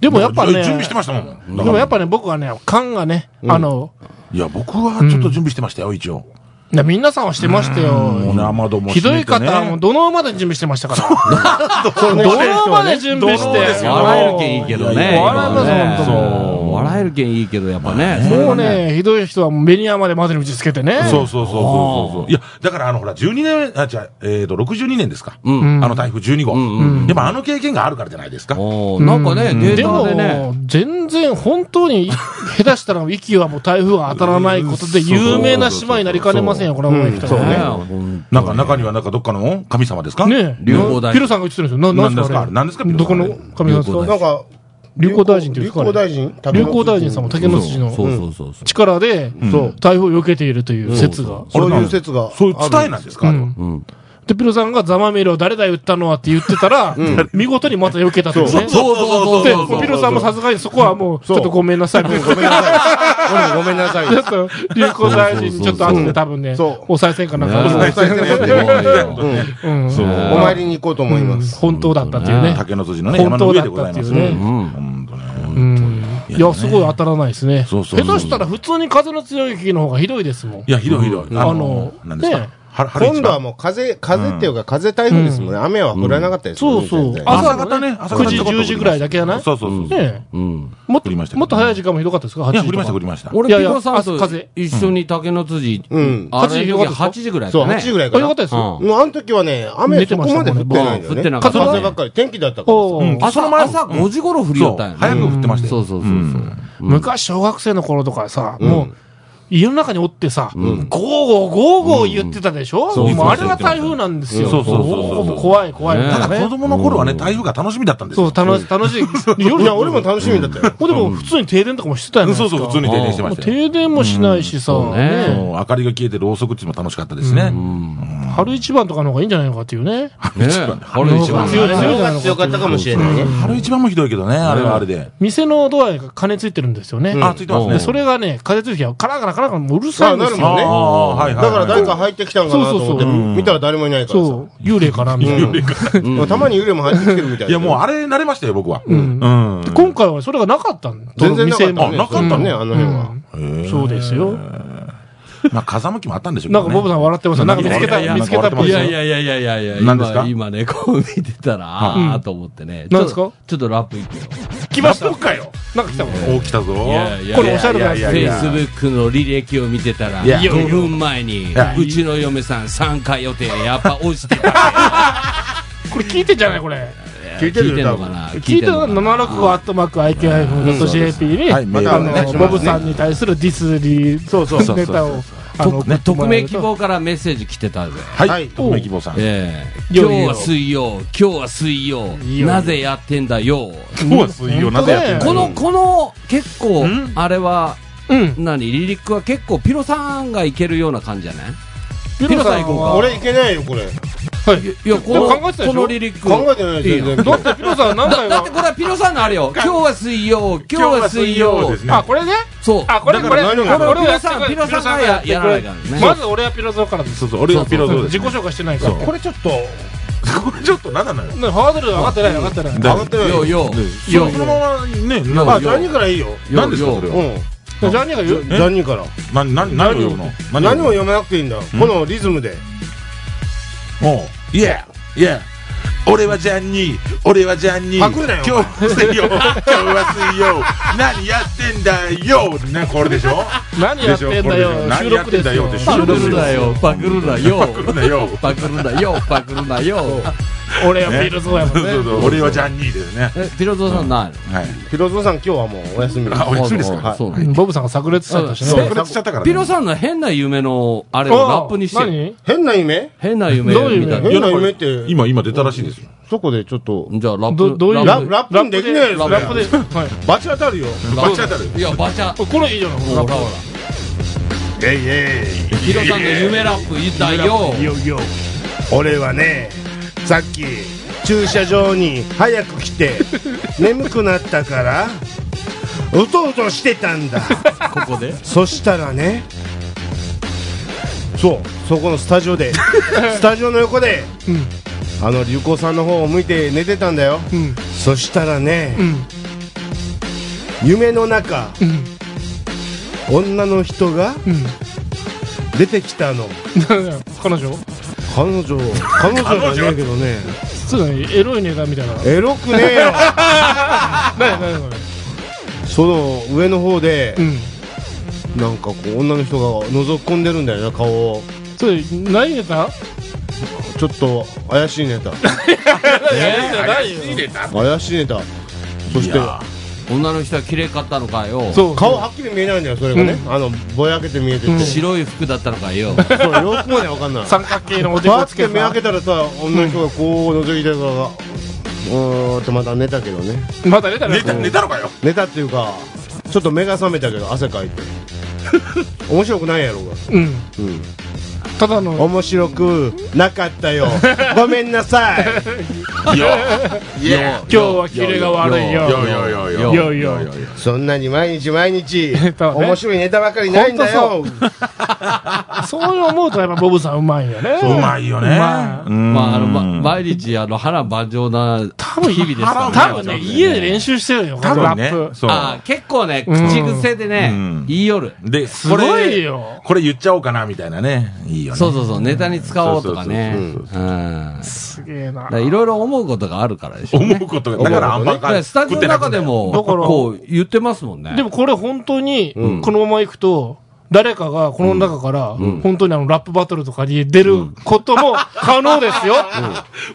[SPEAKER 3] でもやっぱね、
[SPEAKER 5] 準備して
[SPEAKER 3] で
[SPEAKER 5] ましたもん
[SPEAKER 3] もやっぱね、僕はね、勘がね、あの、
[SPEAKER 5] いや僕はちょっと準備してましたよ一応
[SPEAKER 3] いや皆さんはしてました
[SPEAKER 5] もう
[SPEAKER 3] よ。
[SPEAKER 5] ね雨戸も
[SPEAKER 3] ひ
[SPEAKER 5] 閉
[SPEAKER 3] ど
[SPEAKER 5] め
[SPEAKER 3] い
[SPEAKER 5] てね
[SPEAKER 3] 方はもう土のうまで準備してましたから。
[SPEAKER 2] そうね
[SPEAKER 3] 土のうまで準備して。
[SPEAKER 5] 土のうですよ
[SPEAKER 1] 笑えるけんいいけど
[SPEAKER 5] いやい
[SPEAKER 1] ね。
[SPEAKER 5] や
[SPEAKER 3] 笑えます
[SPEAKER 1] 今ね
[SPEAKER 3] 本当
[SPEAKER 5] もう
[SPEAKER 1] そう笑えるけんいいけど、やっぱね。
[SPEAKER 3] もうね、ひどい人はもうベニヤまでまでに打ちつけてね。
[SPEAKER 5] そうそうそうそうそうそう。いや、だからあの、ほら、12年、あ、じゃえっと、62年ですか。
[SPEAKER 1] ん
[SPEAKER 5] あの台風12号。やっぱあの経験があるからじゃないですか。
[SPEAKER 1] おーなんかね、デー
[SPEAKER 3] で
[SPEAKER 1] タ
[SPEAKER 3] も
[SPEAKER 1] でね、、
[SPEAKER 3] 全然本当に、下手したら域はもう台風が当たらないことで有名な島になりかねませんよ、このまま行くと
[SPEAKER 1] ね
[SPEAKER 3] ね。
[SPEAKER 1] うん
[SPEAKER 5] なんか中にはなんかどっかの神様ですか
[SPEAKER 3] ねえ。
[SPEAKER 1] 流行大臣
[SPEAKER 3] ピロさんが言ってるんですよ。ななんですかあれ
[SPEAKER 5] なんですかピロ
[SPEAKER 3] ど
[SPEAKER 5] さ
[SPEAKER 3] こ
[SPEAKER 5] ん
[SPEAKER 3] の神様で
[SPEAKER 1] 流
[SPEAKER 3] す
[SPEAKER 1] 行
[SPEAKER 3] か
[SPEAKER 2] なんか
[SPEAKER 3] 流行大臣っていう
[SPEAKER 2] 流
[SPEAKER 3] んですかあ
[SPEAKER 2] 行
[SPEAKER 3] れ
[SPEAKER 2] 大臣
[SPEAKER 3] 流行大臣さんも
[SPEAKER 2] そ
[SPEAKER 3] 竹の筋
[SPEAKER 1] そ
[SPEAKER 3] の
[SPEAKER 1] うそうそうそう。
[SPEAKER 3] 力で
[SPEAKER 2] そう
[SPEAKER 3] 台風を避けているという説が。
[SPEAKER 2] そういう説が
[SPEAKER 5] そういう伝えなんですかあれは
[SPEAKER 1] うん
[SPEAKER 3] で、ピロさんがざまみろ誰だ言ったのはって言ってたら、見事にまた避けたというね。
[SPEAKER 1] そうそうそうそう。
[SPEAKER 3] で、ピロさんもさすがにそこはもう、ち
[SPEAKER 2] そう
[SPEAKER 3] ょっとごめんなさい。ちょ
[SPEAKER 2] ごめんなさい俺もごめんな
[SPEAKER 3] <laughs>
[SPEAKER 2] さい
[SPEAKER 3] っと、流行大臣にちょっと後で多分ね、
[SPEAKER 2] そう
[SPEAKER 3] お賽銭かなんか
[SPEAKER 1] ね
[SPEAKER 3] お賽銭
[SPEAKER 2] そう
[SPEAKER 1] そう
[SPEAKER 2] うん
[SPEAKER 3] うん
[SPEAKER 2] お参りに行こうと思います
[SPEAKER 3] 本当だったっていうね。
[SPEAKER 5] 竹の筋のね、山
[SPEAKER 3] 本
[SPEAKER 5] の
[SPEAKER 3] 当
[SPEAKER 5] 上
[SPEAKER 3] だ
[SPEAKER 5] で
[SPEAKER 3] っ
[SPEAKER 5] ござ
[SPEAKER 3] た
[SPEAKER 5] い
[SPEAKER 3] って
[SPEAKER 5] ま
[SPEAKER 3] いう
[SPEAKER 5] す。
[SPEAKER 3] ね。
[SPEAKER 5] 本当ね。
[SPEAKER 3] うん。いや、すごい当たらないですね。
[SPEAKER 5] そ
[SPEAKER 3] 下
[SPEAKER 5] う
[SPEAKER 3] 手
[SPEAKER 5] そうそう
[SPEAKER 3] したら普通に風の強い時の方がひどいですもん
[SPEAKER 5] い。や、ひどいひどい。
[SPEAKER 3] あの
[SPEAKER 5] なんです
[SPEAKER 3] ね
[SPEAKER 5] か。は春市場
[SPEAKER 2] 今度はもう風風っていうか風台風ですもんね雨は降らなかったですも
[SPEAKER 3] そ
[SPEAKER 2] んね
[SPEAKER 3] うそ
[SPEAKER 2] 全。
[SPEAKER 3] う
[SPEAKER 2] 然
[SPEAKER 5] 朝
[SPEAKER 3] のね
[SPEAKER 5] 朝方
[SPEAKER 3] 9時、10時ぐらいだけやな。
[SPEAKER 5] そうそうそうそう。
[SPEAKER 3] ねえ
[SPEAKER 1] うん。
[SPEAKER 3] もっ
[SPEAKER 5] 降
[SPEAKER 3] と
[SPEAKER 5] りましたけどね
[SPEAKER 3] もっと早い時間もひどかったですか ?8 時と
[SPEAKER 5] いや、
[SPEAKER 3] か。
[SPEAKER 5] 降りました、降りました。
[SPEAKER 1] 俺、
[SPEAKER 3] いやい
[SPEAKER 1] ピ
[SPEAKER 3] や
[SPEAKER 1] コさんと
[SPEAKER 3] あ風
[SPEAKER 1] 一緒に竹の辻、
[SPEAKER 2] うん
[SPEAKER 1] あれ
[SPEAKER 3] 8時よかった
[SPEAKER 1] 8時ぐらいだ
[SPEAKER 2] そう
[SPEAKER 1] よね。
[SPEAKER 2] 8時ぐらい
[SPEAKER 3] あ
[SPEAKER 2] かな
[SPEAKER 3] よかったです。
[SPEAKER 1] うん
[SPEAKER 2] うんあの時はね雨
[SPEAKER 3] 寝て
[SPEAKER 2] そ
[SPEAKER 3] ま
[SPEAKER 2] こ
[SPEAKER 3] したもん
[SPEAKER 2] ま
[SPEAKER 3] ね
[SPEAKER 2] で降ってないんだ
[SPEAKER 1] うん
[SPEAKER 2] よ
[SPEAKER 1] 降
[SPEAKER 2] ね
[SPEAKER 1] ってなかったね
[SPEAKER 2] 風ばっかり天気だったからさ
[SPEAKER 3] おう
[SPEAKER 5] うん
[SPEAKER 1] 朝
[SPEAKER 5] その前
[SPEAKER 1] 朝5時頃降りよったんやね
[SPEAKER 5] そう早く降ってましたよ
[SPEAKER 1] そうそうそうそう。
[SPEAKER 3] 昔小学生の頃とかさ、もう、家の中におってさ、ゴーゴーゴーゴー言ってたでしょ、
[SPEAKER 5] そう
[SPEAKER 3] もうあれが台風なんですよ。
[SPEAKER 5] そうそうそうそう
[SPEAKER 3] ゴーゴー怖い怖い、
[SPEAKER 5] ただ
[SPEAKER 3] ね
[SPEAKER 5] 子供の頃はね、台風が楽しみだったんです
[SPEAKER 3] そ
[SPEAKER 5] よ
[SPEAKER 3] う、。楽しい、楽しい。
[SPEAKER 2] い
[SPEAKER 5] <laughs>
[SPEAKER 3] 夜
[SPEAKER 2] や、俺も楽しみだったよ。
[SPEAKER 3] もうでも普通に停電とかもしてたよね。
[SPEAKER 5] そうそう、普通に停電してま
[SPEAKER 3] もう
[SPEAKER 5] したよ。
[SPEAKER 3] 停電もしないしさ、
[SPEAKER 1] そうね
[SPEAKER 3] ね
[SPEAKER 5] もう明かりが消えてろうそくっちも楽しかったですね。
[SPEAKER 3] 春一番とかの方がいいんじゃないのかっていうね。
[SPEAKER 1] ねあれ一番
[SPEAKER 3] 強い強い
[SPEAKER 2] 強が強かったかもしれないね。
[SPEAKER 5] 春一番もひどいけどね、あれはあれで。
[SPEAKER 3] 店のドアが金ついてるんですよね。
[SPEAKER 5] あ、ついてます
[SPEAKER 1] う
[SPEAKER 5] ね。
[SPEAKER 1] ん
[SPEAKER 3] で、それがね、風ついてきゃ、カラカラカラカラもううるさいんです
[SPEAKER 2] あなるも
[SPEAKER 3] よ。
[SPEAKER 2] んね
[SPEAKER 5] あーはいはいは
[SPEAKER 2] だ
[SPEAKER 5] い
[SPEAKER 2] から誰か入ってきたんかなと思って、
[SPEAKER 3] そうそう
[SPEAKER 2] 見たら誰もいないからさ。
[SPEAKER 3] そう、幽霊かなみたいな。
[SPEAKER 2] うんたまに幽霊も入ってきてるみたいな。
[SPEAKER 5] いや、もうあれ慣れましたよ、僕は。うん。
[SPEAKER 3] 今回はそれがなかったん
[SPEAKER 2] 全然なかったね。
[SPEAKER 5] あなかったの
[SPEAKER 2] ね、あの辺は。
[SPEAKER 3] そうですよ。
[SPEAKER 5] まあ、風向きもあったんでしょうけ
[SPEAKER 3] な
[SPEAKER 5] ど
[SPEAKER 3] ん
[SPEAKER 5] ね
[SPEAKER 3] かボブさん笑ってますよ。なんか見つけ
[SPEAKER 5] いやい
[SPEAKER 3] た、
[SPEAKER 5] や
[SPEAKER 3] 見つけたっぽい
[SPEAKER 1] い
[SPEAKER 3] ですよ
[SPEAKER 1] やいやいやいやいやいや、
[SPEAKER 5] 何ですか
[SPEAKER 1] 今今ね、こう見てたら、ああ、と思ってね。
[SPEAKER 3] 何ですか
[SPEAKER 1] ちょっとラップいくよ。
[SPEAKER 3] 来ました。かよ。なんか来たもん。
[SPEAKER 5] お、来たぞ。
[SPEAKER 1] いやいや
[SPEAKER 3] これおしゃれなやつ
[SPEAKER 5] い
[SPEAKER 1] フ
[SPEAKER 5] やい
[SPEAKER 1] ェイ
[SPEAKER 5] や
[SPEAKER 1] スブックの履歴を見てたら、
[SPEAKER 5] いや
[SPEAKER 1] 5分前に、うちの嫁さん参加予定、やっぱ落ちてたね。
[SPEAKER 3] これ聞いてんじゃないこれ。
[SPEAKER 2] 聞いてる
[SPEAKER 1] ん
[SPEAKER 2] よ、
[SPEAKER 1] の
[SPEAKER 2] 多
[SPEAKER 1] か
[SPEAKER 2] 分。
[SPEAKER 1] な
[SPEAKER 3] 聞いたの
[SPEAKER 1] んのかな
[SPEAKER 3] 765アットマーク IQIPhone.jp に、
[SPEAKER 5] はいメール
[SPEAKER 3] あ
[SPEAKER 5] お
[SPEAKER 2] 願いし
[SPEAKER 3] の、
[SPEAKER 2] ます
[SPEAKER 3] ボブさんに対するディスリ
[SPEAKER 2] そうそう
[SPEAKER 5] そ
[SPEAKER 3] ー
[SPEAKER 5] う
[SPEAKER 3] ネタを、あの、
[SPEAKER 1] ね匿名希
[SPEAKER 3] 送っ
[SPEAKER 1] 望からメッセージ来てたぜ。
[SPEAKER 2] は
[SPEAKER 5] はいい。匿名希望さん。
[SPEAKER 1] ええ
[SPEAKER 3] よ
[SPEAKER 1] 今
[SPEAKER 3] いよ
[SPEAKER 1] 日は水曜、今日は水曜、
[SPEAKER 3] よ
[SPEAKER 1] なぜやってんだよ。
[SPEAKER 5] 今日は水曜、なぜやってんだ
[SPEAKER 1] この、この、結構、あれは、
[SPEAKER 3] てもらえると。
[SPEAKER 1] 何リリックは結構ピロさんがいけるような感じじゃない
[SPEAKER 3] うん。
[SPEAKER 1] ピロさん行こうか
[SPEAKER 2] 俺いけないよ、これ。
[SPEAKER 3] はい。
[SPEAKER 1] いや、この、
[SPEAKER 3] でも考えてたでしょ
[SPEAKER 1] このリリック。
[SPEAKER 2] 考えてないよ、
[SPEAKER 1] いい
[SPEAKER 2] 全
[SPEAKER 1] よ
[SPEAKER 2] 然。
[SPEAKER 3] だってピロさん何
[SPEAKER 1] だ
[SPEAKER 3] 回
[SPEAKER 1] だって
[SPEAKER 3] も。
[SPEAKER 1] これはピロさんのあれよ。今日は水曜、今日は水曜。
[SPEAKER 5] ですね。
[SPEAKER 3] あ、これね。
[SPEAKER 1] そう。
[SPEAKER 3] あ、これ
[SPEAKER 5] だ
[SPEAKER 3] こ
[SPEAKER 5] か
[SPEAKER 3] れ。
[SPEAKER 5] ら
[SPEAKER 3] これ
[SPEAKER 5] 何が
[SPEAKER 3] 俺
[SPEAKER 1] ピ
[SPEAKER 3] はや
[SPEAKER 1] ロ
[SPEAKER 3] って
[SPEAKER 1] さ
[SPEAKER 3] く
[SPEAKER 1] ん、
[SPEAKER 3] れ
[SPEAKER 1] ピロさんがややらないからね。
[SPEAKER 3] まず俺はピロゾーからです。
[SPEAKER 5] そうそう、俺はピロゾーです
[SPEAKER 3] 自己
[SPEAKER 5] ね。
[SPEAKER 3] 紹介してないから。
[SPEAKER 5] これちょっと、これちょっと何なのよ。
[SPEAKER 3] ねハードル上がってない上がってない。
[SPEAKER 2] 上がってない
[SPEAKER 1] よ
[SPEAKER 2] よ。
[SPEAKER 1] うよう。よ
[SPEAKER 5] そうのままね、な
[SPEAKER 2] あ、
[SPEAKER 5] あ
[SPEAKER 2] ジャニーからいいよ。
[SPEAKER 1] よ
[SPEAKER 5] 何ですか、それ
[SPEAKER 2] うん
[SPEAKER 5] は。。
[SPEAKER 3] ジャニーが言う
[SPEAKER 2] ジャニーから。
[SPEAKER 5] な何、何を読むの
[SPEAKER 2] 何も読まなくていいんだ。このリズムで。
[SPEAKER 5] もう、いや、いや、俺はジャンニー、俺はジャンニー、
[SPEAKER 2] パクるなよ
[SPEAKER 5] 今日は水曜、今日は水曜、何やってんだよ、ね、これでしょ、
[SPEAKER 3] 何やってんだよ。
[SPEAKER 5] でしょ
[SPEAKER 3] 収録ですよ
[SPEAKER 5] 何やってんだよって。収
[SPEAKER 1] パク
[SPEAKER 5] 録
[SPEAKER 1] るなよ、パクるなよ。
[SPEAKER 5] パクるなよ、
[SPEAKER 1] パクるなよ、パクるなよ。
[SPEAKER 3] <laughs> 俺はピロゾーやも
[SPEAKER 5] そ
[SPEAKER 3] ん
[SPEAKER 5] うそう
[SPEAKER 3] ね。
[SPEAKER 5] そう俺はジャンニーですね、
[SPEAKER 1] え、ピロゾーさんない
[SPEAKER 5] はい、
[SPEAKER 2] ヒロゾさん、今日はもうお休み
[SPEAKER 5] あ、お休みです
[SPEAKER 1] は
[SPEAKER 5] か
[SPEAKER 1] い、そう
[SPEAKER 3] うんボブさんが炸裂しちゃったし
[SPEAKER 1] そ
[SPEAKER 3] ね
[SPEAKER 1] う。
[SPEAKER 5] そう、これしちゃったから、ね、
[SPEAKER 1] ピロさんの変な夢の、あれを
[SPEAKER 3] あ
[SPEAKER 1] ラップにしてよ。
[SPEAKER 3] 何
[SPEAKER 2] 変な夢
[SPEAKER 1] 変な夢
[SPEAKER 3] どうい
[SPEAKER 1] み
[SPEAKER 3] う
[SPEAKER 1] たい
[SPEAKER 3] 夢
[SPEAKER 1] な。
[SPEAKER 2] 変な夢って、
[SPEAKER 5] 今、今出たらしいですよ、
[SPEAKER 2] そこでちょっと、
[SPEAKER 1] じゃあラッ
[SPEAKER 3] ど
[SPEAKER 1] プ。
[SPEAKER 3] どういう
[SPEAKER 2] ララップにできないよ、
[SPEAKER 1] ラ
[SPEAKER 2] そ
[SPEAKER 1] ップ
[SPEAKER 2] れ
[SPEAKER 3] ラップで。はい。
[SPEAKER 2] バチ当たるよ。
[SPEAKER 5] バチ当たる、
[SPEAKER 1] いや、バチャ。
[SPEAKER 3] これいいじゃん。
[SPEAKER 1] ほらほら。
[SPEAKER 2] えいえ
[SPEAKER 1] ピ
[SPEAKER 2] い。
[SPEAKER 1] ロさんの夢ラップいたよ。
[SPEAKER 2] よよ俺はねさっき駐車場に早く
[SPEAKER 1] <laughs>
[SPEAKER 2] 来て眠くなったからうとうとしてたんだ
[SPEAKER 1] <laughs> ここで。
[SPEAKER 2] そしたらねそうそこのスタジ
[SPEAKER 1] <laughs>
[SPEAKER 2] オでスタジオの横で、あの流行さんの方を向いて寝てたんだよ、
[SPEAKER 3] ん
[SPEAKER 2] そしたらね、
[SPEAKER 3] ん
[SPEAKER 2] 夢の中、女の人が、出てきたの
[SPEAKER 3] <laughs> 彼女
[SPEAKER 2] 彼女彼女じゃねえけどね
[SPEAKER 3] そうだね。エロいネタみたいな。
[SPEAKER 2] エロくねえよ
[SPEAKER 3] 何何これ。
[SPEAKER 2] その上の方で
[SPEAKER 3] う、ん。
[SPEAKER 2] なんかこう女の人が覗き込んでるんだよな顔を
[SPEAKER 3] それ、何ネタ
[SPEAKER 2] ちょっと怪しいネタ
[SPEAKER 3] 何よ。
[SPEAKER 2] 怪しいネタそして
[SPEAKER 1] 女の人は綺麗かったのかよ。
[SPEAKER 3] そう。
[SPEAKER 2] 顔はっきり見えないんだよそれがね、あのぼやけて見えてて、そう
[SPEAKER 1] 白い服だったのかよ。
[SPEAKER 2] よくまでわか
[SPEAKER 3] <laughs>
[SPEAKER 2] んない
[SPEAKER 3] 三角形のおで
[SPEAKER 2] パ
[SPEAKER 3] こ
[SPEAKER 2] ッ
[SPEAKER 3] つ
[SPEAKER 2] て
[SPEAKER 3] け
[SPEAKER 2] 目開けたらさ女の人がこう覗いてるからがうーんとまた寝たけどね
[SPEAKER 3] まだ出たね
[SPEAKER 5] 寝。た寝たのかよ、
[SPEAKER 2] 寝たっていうかちょっと目が覚めたけど汗かいて面白くないやろうが
[SPEAKER 3] うん。ただの、
[SPEAKER 2] 面白くなかった <laughs> よごめんなさい
[SPEAKER 1] 今
[SPEAKER 3] 今日はキレが悪いよ
[SPEAKER 5] よよよよ
[SPEAKER 3] いやいや。
[SPEAKER 2] <laughs> そんなに毎日毎日、
[SPEAKER 3] タね
[SPEAKER 2] 面白いネタばかりないんだよ。
[SPEAKER 3] そういう思うとやっぱボブさんうまいよね。
[SPEAKER 5] うまいよね、
[SPEAKER 3] まあ
[SPEAKER 5] うん
[SPEAKER 1] まあ、あの、ま、毎日、あの、波乱万丈な日々ですから
[SPEAKER 3] 多分ね、家で練習してるよ、こ
[SPEAKER 5] 多
[SPEAKER 3] の
[SPEAKER 5] 分
[SPEAKER 3] ラ
[SPEAKER 5] ね
[SPEAKER 3] ッ、プ。
[SPEAKER 5] そう。
[SPEAKER 1] あー結構ね、口癖でね、
[SPEAKER 5] うん
[SPEAKER 1] 言いよる。
[SPEAKER 5] で、
[SPEAKER 3] すごいよ。
[SPEAKER 5] これ言っちゃおうかなみたいなね。いいよね。
[SPEAKER 1] そうそうそう、ネタに使おうとかね。う
[SPEAKER 5] そ
[SPEAKER 1] ん
[SPEAKER 5] うそう
[SPEAKER 3] すげえ
[SPEAKER 1] だ
[SPEAKER 3] な。
[SPEAKER 1] からいろいろ思うことがあるからでしょうね。
[SPEAKER 5] 思うことが、だからあんま
[SPEAKER 1] だからスタジオの中でも、
[SPEAKER 3] だから
[SPEAKER 1] こう言ってますもんね。
[SPEAKER 3] でもこれ本当に、このままいくと、誰かがこの中から、本当にあの、ラップバトルとかに出ることも可能で
[SPEAKER 1] <laughs>
[SPEAKER 3] すよ。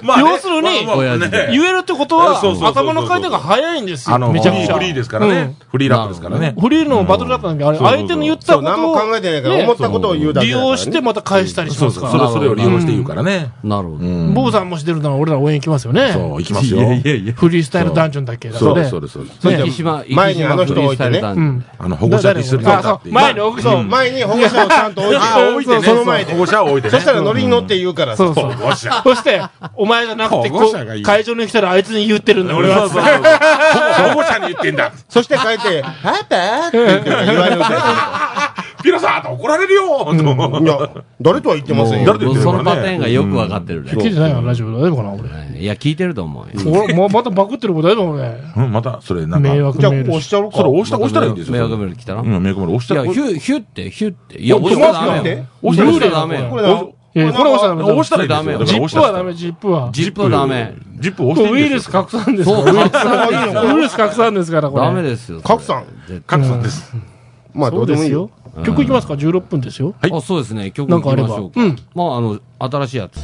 [SPEAKER 5] まあね
[SPEAKER 3] 要するに
[SPEAKER 5] まあまあね
[SPEAKER 3] 言えるってこと
[SPEAKER 5] え
[SPEAKER 3] は
[SPEAKER 5] そうそうそう、そう
[SPEAKER 3] 頭の回転が早いんです
[SPEAKER 5] あ
[SPEAKER 3] よ。
[SPEAKER 5] の、フ
[SPEAKER 3] め
[SPEAKER 5] リ
[SPEAKER 3] ちゃくち
[SPEAKER 5] ー
[SPEAKER 3] ゃ。
[SPEAKER 5] フリーですからね。フリーラップですからね。
[SPEAKER 3] フリーのバトルだったんだけど、あれ、
[SPEAKER 5] そうそう
[SPEAKER 3] 相手の言った
[SPEAKER 2] そう、
[SPEAKER 3] こと
[SPEAKER 2] 何も考えてないから、
[SPEAKER 3] ね
[SPEAKER 2] 思ったことを言うだけ
[SPEAKER 3] 利
[SPEAKER 2] だからね
[SPEAKER 3] 用して、また返したりし
[SPEAKER 5] そう
[SPEAKER 3] ます
[SPEAKER 5] そ
[SPEAKER 3] か
[SPEAKER 5] う。
[SPEAKER 3] ら。
[SPEAKER 5] それ、それを利用して言うからね。
[SPEAKER 1] なるほど。
[SPEAKER 5] うん
[SPEAKER 3] 坊さんもしてるなら俺ら応援行きますよね。
[SPEAKER 5] そう、行きます
[SPEAKER 1] い
[SPEAKER 5] よ。
[SPEAKER 1] やいやいや。
[SPEAKER 3] フリースタイルダンジョンだっけだ
[SPEAKER 5] そ
[SPEAKER 3] と
[SPEAKER 5] う
[SPEAKER 3] ね。
[SPEAKER 5] そうですそうです。
[SPEAKER 1] そ
[SPEAKER 3] ね
[SPEAKER 1] う、生島、生
[SPEAKER 2] 前にあの人置いてね
[SPEAKER 1] 島フリースタイルダン
[SPEAKER 3] う
[SPEAKER 1] ジョン
[SPEAKER 3] ん。
[SPEAKER 5] あの、保護者ディスる
[SPEAKER 3] あ、
[SPEAKER 5] だっ
[SPEAKER 3] そう、
[SPEAKER 5] ていう。ま
[SPEAKER 3] 前に置くぞ。
[SPEAKER 2] うん前に保護者をちゃんと置いて、
[SPEAKER 5] <laughs> あ、置いてね。
[SPEAKER 2] その前で
[SPEAKER 5] 保。護者を置いて
[SPEAKER 2] そ
[SPEAKER 5] ね。
[SPEAKER 2] したらノリに乗って言うから
[SPEAKER 3] そ
[SPEAKER 2] さ
[SPEAKER 3] う。そう。
[SPEAKER 5] 保護者。
[SPEAKER 3] そして、お前じゃなくて、
[SPEAKER 5] 保護
[SPEAKER 3] こ、
[SPEAKER 5] 者がいいう
[SPEAKER 3] 会場に来たらあいつに言ってるんだ、俺
[SPEAKER 5] 俺は
[SPEAKER 3] は。
[SPEAKER 5] そうそうそう保護者に言ってんだ。
[SPEAKER 2] そして帰って、パパって言って言われるか
[SPEAKER 5] ピロさん怒られるよ
[SPEAKER 2] ら。いや、誰とは言ってません
[SPEAKER 5] 誰
[SPEAKER 2] よ
[SPEAKER 5] と。言ってる
[SPEAKER 1] そ
[SPEAKER 5] からね
[SPEAKER 1] のパターンがよくわかってるね。
[SPEAKER 3] 聞いてないよ、ラジオ。大丈夫かな、俺。
[SPEAKER 1] いや、聞いてると思うよ。
[SPEAKER 3] 俺、ままたバクってること大丈夫俺。
[SPEAKER 5] うん、また、それ、なんか。
[SPEAKER 3] 迷惑
[SPEAKER 2] じゃあ、
[SPEAKER 3] メー
[SPEAKER 2] 押
[SPEAKER 3] ル
[SPEAKER 2] し。ちゃおうか。
[SPEAKER 5] それ押した、押したらいいんですよ。
[SPEAKER 1] 迷惑メール来たな。
[SPEAKER 5] う
[SPEAKER 1] いや、
[SPEAKER 5] ん、迷惑メール押し
[SPEAKER 1] ヒ
[SPEAKER 5] たら。押し
[SPEAKER 1] ュ、ヒュって、ヒュって。いや、押したらダメよ。
[SPEAKER 5] 押
[SPEAKER 1] 押し
[SPEAKER 5] したた
[SPEAKER 1] ら
[SPEAKER 5] ら
[SPEAKER 1] ダメ
[SPEAKER 2] こ
[SPEAKER 1] よ。
[SPEAKER 2] れだろ
[SPEAKER 3] いや、これ押したらダメだ。
[SPEAKER 5] 押したらいいんです
[SPEAKER 3] ジップ
[SPEAKER 5] よ。だから押したら
[SPEAKER 3] はダメ、ジップは。
[SPEAKER 1] ジップはダメ。。
[SPEAKER 5] ジップ押
[SPEAKER 3] こ
[SPEAKER 5] し
[SPEAKER 3] れ
[SPEAKER 5] て
[SPEAKER 3] ウイル
[SPEAKER 5] す
[SPEAKER 3] ス拡散です
[SPEAKER 1] そ
[SPEAKER 3] か
[SPEAKER 1] う、
[SPEAKER 3] ら。
[SPEAKER 1] 拡散ですよ。
[SPEAKER 3] ウイルス拡散ですから、これ。
[SPEAKER 1] ダメですよ。
[SPEAKER 2] 格さん。
[SPEAKER 5] かさんです。
[SPEAKER 2] まあ、ど
[SPEAKER 3] そうう
[SPEAKER 2] で
[SPEAKER 3] で
[SPEAKER 2] もい
[SPEAKER 3] す
[SPEAKER 2] いよ
[SPEAKER 3] よ。。曲いきますか ?16 分ですよ。
[SPEAKER 1] あ、そうですね。曲いきましょうか。
[SPEAKER 3] なんかあれば
[SPEAKER 1] まあ、あの、新しいやつ。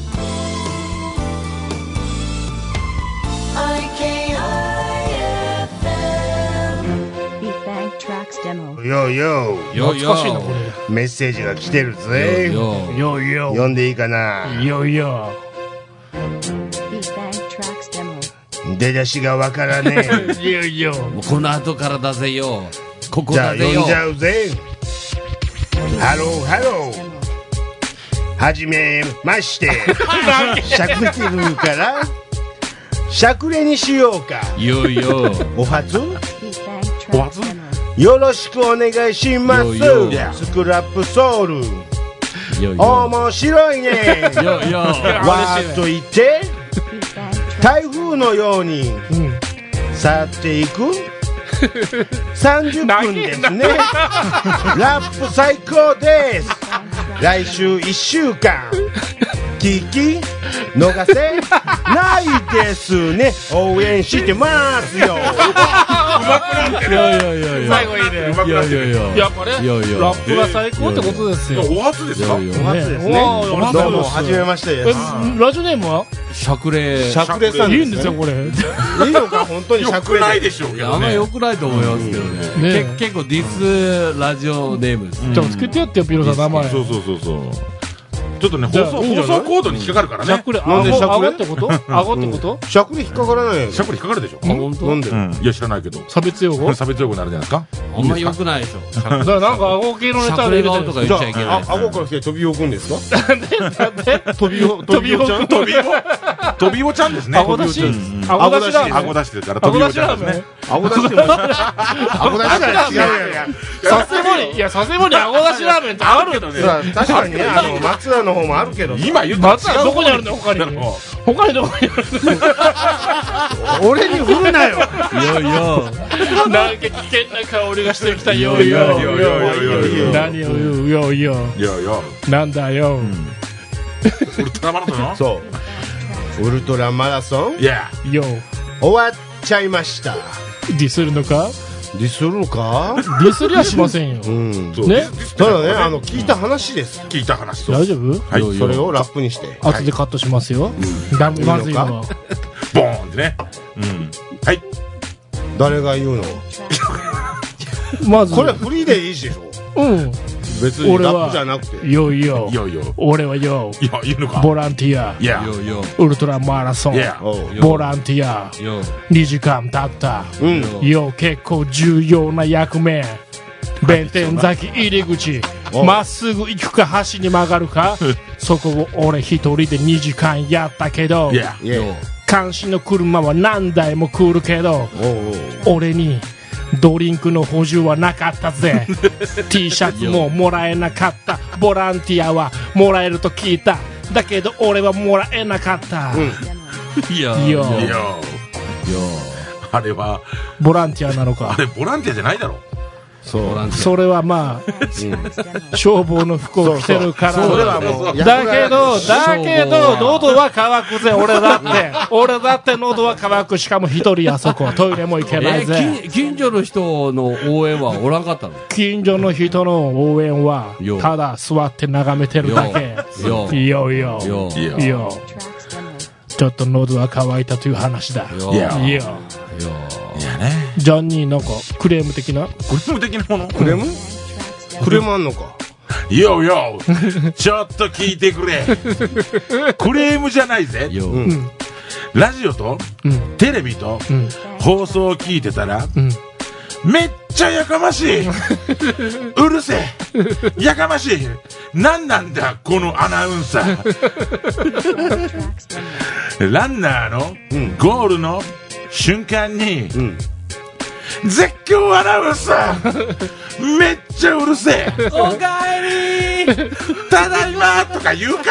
[SPEAKER 4] Big Bang Tracks Demo.
[SPEAKER 2] よーよ
[SPEAKER 1] 懐
[SPEAKER 2] ー
[SPEAKER 3] 懐かしいな、これ。
[SPEAKER 2] メッセージが来てるぜ。
[SPEAKER 1] よ
[SPEAKER 3] よいよ。
[SPEAKER 2] 読んでいいかない
[SPEAKER 3] よいよ。
[SPEAKER 4] Big Bang Tracks Demo.
[SPEAKER 2] 出だしがわからねえ。
[SPEAKER 3] いよいよ。
[SPEAKER 1] もうこの後からだぜよ。 <laughs> ここ
[SPEAKER 2] じゃあ
[SPEAKER 1] だぜ
[SPEAKER 2] 読
[SPEAKER 1] よ
[SPEAKER 2] んじ。ゃうぜ。ハローハロー。
[SPEAKER 4] Demo.
[SPEAKER 2] はじめまして。 <laughs> しゃくってるから、しゃくれにしようか。
[SPEAKER 1] よいよ。
[SPEAKER 2] お初
[SPEAKER 4] Big Bang Tracks Demo.
[SPEAKER 2] よろしくお願いします
[SPEAKER 1] よよよ
[SPEAKER 2] スクラップソウル
[SPEAKER 1] よいよ。
[SPEAKER 2] 面白いね
[SPEAKER 1] よいよ。
[SPEAKER 2] わーっと言って
[SPEAKER 4] Big Bang Tracks
[SPEAKER 2] 台風のように
[SPEAKER 3] うん。
[SPEAKER 2] 去っていく <laughs> 30分ですねラップ最高です来週1週間聞き逃せないですね応援してますよ
[SPEAKER 1] よいよいよ。
[SPEAKER 3] 最後いいね。
[SPEAKER 1] いやいやいや。
[SPEAKER 3] やっぱね、
[SPEAKER 1] いやいや
[SPEAKER 3] ラップが最高ってことですよ。
[SPEAKER 5] お初ですか
[SPEAKER 1] いやい
[SPEAKER 2] お
[SPEAKER 1] や
[SPEAKER 2] 初ですね
[SPEAKER 3] わー
[SPEAKER 2] どうもはじめましてです
[SPEAKER 3] えラジオネームは
[SPEAKER 1] しゃくれ。
[SPEAKER 2] しゃくれさんで
[SPEAKER 3] いい
[SPEAKER 2] す
[SPEAKER 3] んですよ、これ。
[SPEAKER 2] いいのか本当にしゃ
[SPEAKER 5] よ
[SPEAKER 2] く
[SPEAKER 5] く
[SPEAKER 2] れ
[SPEAKER 5] な
[SPEAKER 2] て
[SPEAKER 5] いでしょうけ
[SPEAKER 1] あ
[SPEAKER 5] ど
[SPEAKER 1] んま
[SPEAKER 5] ね。
[SPEAKER 1] 良くないと思いますけど
[SPEAKER 3] ね
[SPEAKER 1] ね。け結構ディスラジオネームですね。
[SPEAKER 3] ちょっと作ってよってよ、ピロさん、名前。
[SPEAKER 5] そうそうそうそう。ちょっとね、放
[SPEAKER 3] じゃあ
[SPEAKER 5] 送、
[SPEAKER 3] いいんじ
[SPEAKER 5] 放
[SPEAKER 3] ゃない
[SPEAKER 5] 送コードに引っかかるから
[SPEAKER 3] しゃ
[SPEAKER 5] ね。
[SPEAKER 3] くれ、
[SPEAKER 2] なんでしゃくれ
[SPEAKER 3] 顎ってこと顎ってこと
[SPEAKER 2] しゃくれ引っかからないよ
[SPEAKER 5] しゃくり引っかかるでしょ。
[SPEAKER 1] あ本当
[SPEAKER 2] なんで
[SPEAKER 5] うん。いや、知らないけど。
[SPEAKER 3] 差別用語だか
[SPEAKER 5] 差別用語になるじゃないですか。
[SPEAKER 1] あんま良くないでしょ。しゃ
[SPEAKER 3] らなんか顎系のネタ
[SPEAKER 1] くれ
[SPEAKER 3] で入れて
[SPEAKER 1] 顔
[SPEAKER 3] る
[SPEAKER 1] とか言
[SPEAKER 2] じゃ
[SPEAKER 1] っちゃいけない
[SPEAKER 2] あ、あ。顎から来て飛びをくんですか飛びを、飛
[SPEAKER 3] 飛び
[SPEAKER 2] び
[SPEAKER 3] を
[SPEAKER 2] をちゃん
[SPEAKER 5] 飛びお、飛びおちゃんですね。
[SPEAKER 3] 顎出し
[SPEAKER 5] 飛びおちゃんうん
[SPEAKER 3] 顎出しラーメン
[SPEAKER 5] 顎出してるから、飛
[SPEAKER 3] 顎
[SPEAKER 5] び
[SPEAKER 3] 出
[SPEAKER 5] お
[SPEAKER 3] し
[SPEAKER 5] ちゃ
[SPEAKER 3] ラ
[SPEAKER 5] ん
[SPEAKER 3] ー
[SPEAKER 5] です
[SPEAKER 3] メ
[SPEAKER 5] ね
[SPEAKER 3] ン。
[SPEAKER 2] 顎出しても、顎出したら違うやん。
[SPEAKER 3] 佐世保にいや佐世保に顎出しラーメンってあるけどね
[SPEAKER 2] さあ確かにね、あの、松田の方もあるけど、
[SPEAKER 5] 今言った
[SPEAKER 3] 松はどこにあるんだよ他に他にどこにあるんだよ
[SPEAKER 2] 俺に振るなよ。
[SPEAKER 1] よいよ。
[SPEAKER 3] なんか危険な香りがしてきたよ
[SPEAKER 5] いやいやいやいやいやいや
[SPEAKER 3] 何を言うよよ
[SPEAKER 5] いやいや
[SPEAKER 3] なんだよ
[SPEAKER 5] ウルトラマラソンよ
[SPEAKER 2] そう。ウルトラマラソン
[SPEAKER 5] いや
[SPEAKER 3] よ
[SPEAKER 2] 終わっちゃいました。
[SPEAKER 3] ディスるのか
[SPEAKER 2] ディスるのか
[SPEAKER 3] ディスりはしませんよ
[SPEAKER 2] うん。
[SPEAKER 5] そう
[SPEAKER 3] ね
[SPEAKER 2] ただね、あの、聞いた話です。
[SPEAKER 5] 聞いた話そう
[SPEAKER 3] 大丈夫
[SPEAKER 5] はい
[SPEAKER 2] それをラップにして。
[SPEAKER 3] 後でカットしますよだまずいのは
[SPEAKER 5] ボーンってねうんはい
[SPEAKER 2] 誰が言うの
[SPEAKER 4] Tracks Demo.
[SPEAKER 3] まず
[SPEAKER 2] これフリーでいいでしょ
[SPEAKER 3] う
[SPEAKER 2] 別に
[SPEAKER 3] 俺
[SPEAKER 2] ラ
[SPEAKER 3] は
[SPEAKER 2] ップじゃなくて。
[SPEAKER 3] んよいよ
[SPEAKER 5] いやいや
[SPEAKER 3] 俺はよ
[SPEAKER 5] いや言うのか
[SPEAKER 3] ボランティア
[SPEAKER 5] いや
[SPEAKER 1] よいよ。
[SPEAKER 3] ウルトラマラソン
[SPEAKER 5] いや
[SPEAKER 2] おう
[SPEAKER 1] よ
[SPEAKER 3] ボランティア
[SPEAKER 1] よ。
[SPEAKER 3] 2時間経った
[SPEAKER 2] うん。
[SPEAKER 3] よ結構重要な役目弁天崎入り口まっすぐ行くか橋に曲がる <laughs> かそこを俺一人で2時間やったけど
[SPEAKER 5] いや
[SPEAKER 2] いや
[SPEAKER 1] よ。
[SPEAKER 3] 監視の車は何台も来るけど
[SPEAKER 2] おうおう
[SPEAKER 3] 俺にドリンクの補充はなかった
[SPEAKER 1] <laughs>
[SPEAKER 3] ぜ T シャツももらえなかったボランティアはもらえると聞いただけど俺はもらえなかった、
[SPEAKER 1] いや。
[SPEAKER 3] よ
[SPEAKER 5] いやあれは
[SPEAKER 3] ボランティアなの
[SPEAKER 5] あ
[SPEAKER 3] か
[SPEAKER 5] れボランティアじゃないだろ
[SPEAKER 1] そうなんですよ
[SPEAKER 3] それはまあ消防の服を着てるから
[SPEAKER 2] それはもう
[SPEAKER 3] だけど、
[SPEAKER 1] そう
[SPEAKER 3] だけど、喉は乾くぜ、俺だって。俺だって喉は乾く。しかも一人あそこはトイレも行けない
[SPEAKER 1] え
[SPEAKER 3] ぜ。
[SPEAKER 1] 近近所の人の応援はおらんかったの
[SPEAKER 3] 近所の人の応援は
[SPEAKER 1] よ、
[SPEAKER 3] ただ座って眺めてるだ
[SPEAKER 1] よ
[SPEAKER 3] け。いよいよ。
[SPEAKER 1] よ
[SPEAKER 5] いや
[SPEAKER 3] いよ。
[SPEAKER 4] Tracks demo.
[SPEAKER 3] ちょっと喉は乾いたという話だ。
[SPEAKER 1] よ
[SPEAKER 5] いや
[SPEAKER 3] いいよ。
[SPEAKER 5] いやね
[SPEAKER 3] ジョンニーなんかクレーム的な
[SPEAKER 5] グルム的なもの
[SPEAKER 2] クレーム
[SPEAKER 4] Tracks demo.
[SPEAKER 2] クレームあんのか
[SPEAKER 5] よよちょっと聞いてくれクレームじゃないぜ
[SPEAKER 1] よ
[SPEAKER 2] ん
[SPEAKER 5] ラジオと
[SPEAKER 3] うん。
[SPEAKER 5] テレビと
[SPEAKER 3] うん。
[SPEAKER 5] 放送を聞いてたら
[SPEAKER 3] うん。
[SPEAKER 5] めっちゃやかまし
[SPEAKER 3] <laughs>
[SPEAKER 5] いうるせえやかましい何なんだこのアナウンサー
[SPEAKER 4] Tracks demo.
[SPEAKER 5] ランナーの
[SPEAKER 2] ん
[SPEAKER 5] ゴールの瞬間に
[SPEAKER 2] うん
[SPEAKER 5] 絶叫アナウンサーめっちゃうるせえ
[SPEAKER 1] おかえり
[SPEAKER 5] ただいまとか言う
[SPEAKER 3] <laughs>
[SPEAKER 5] か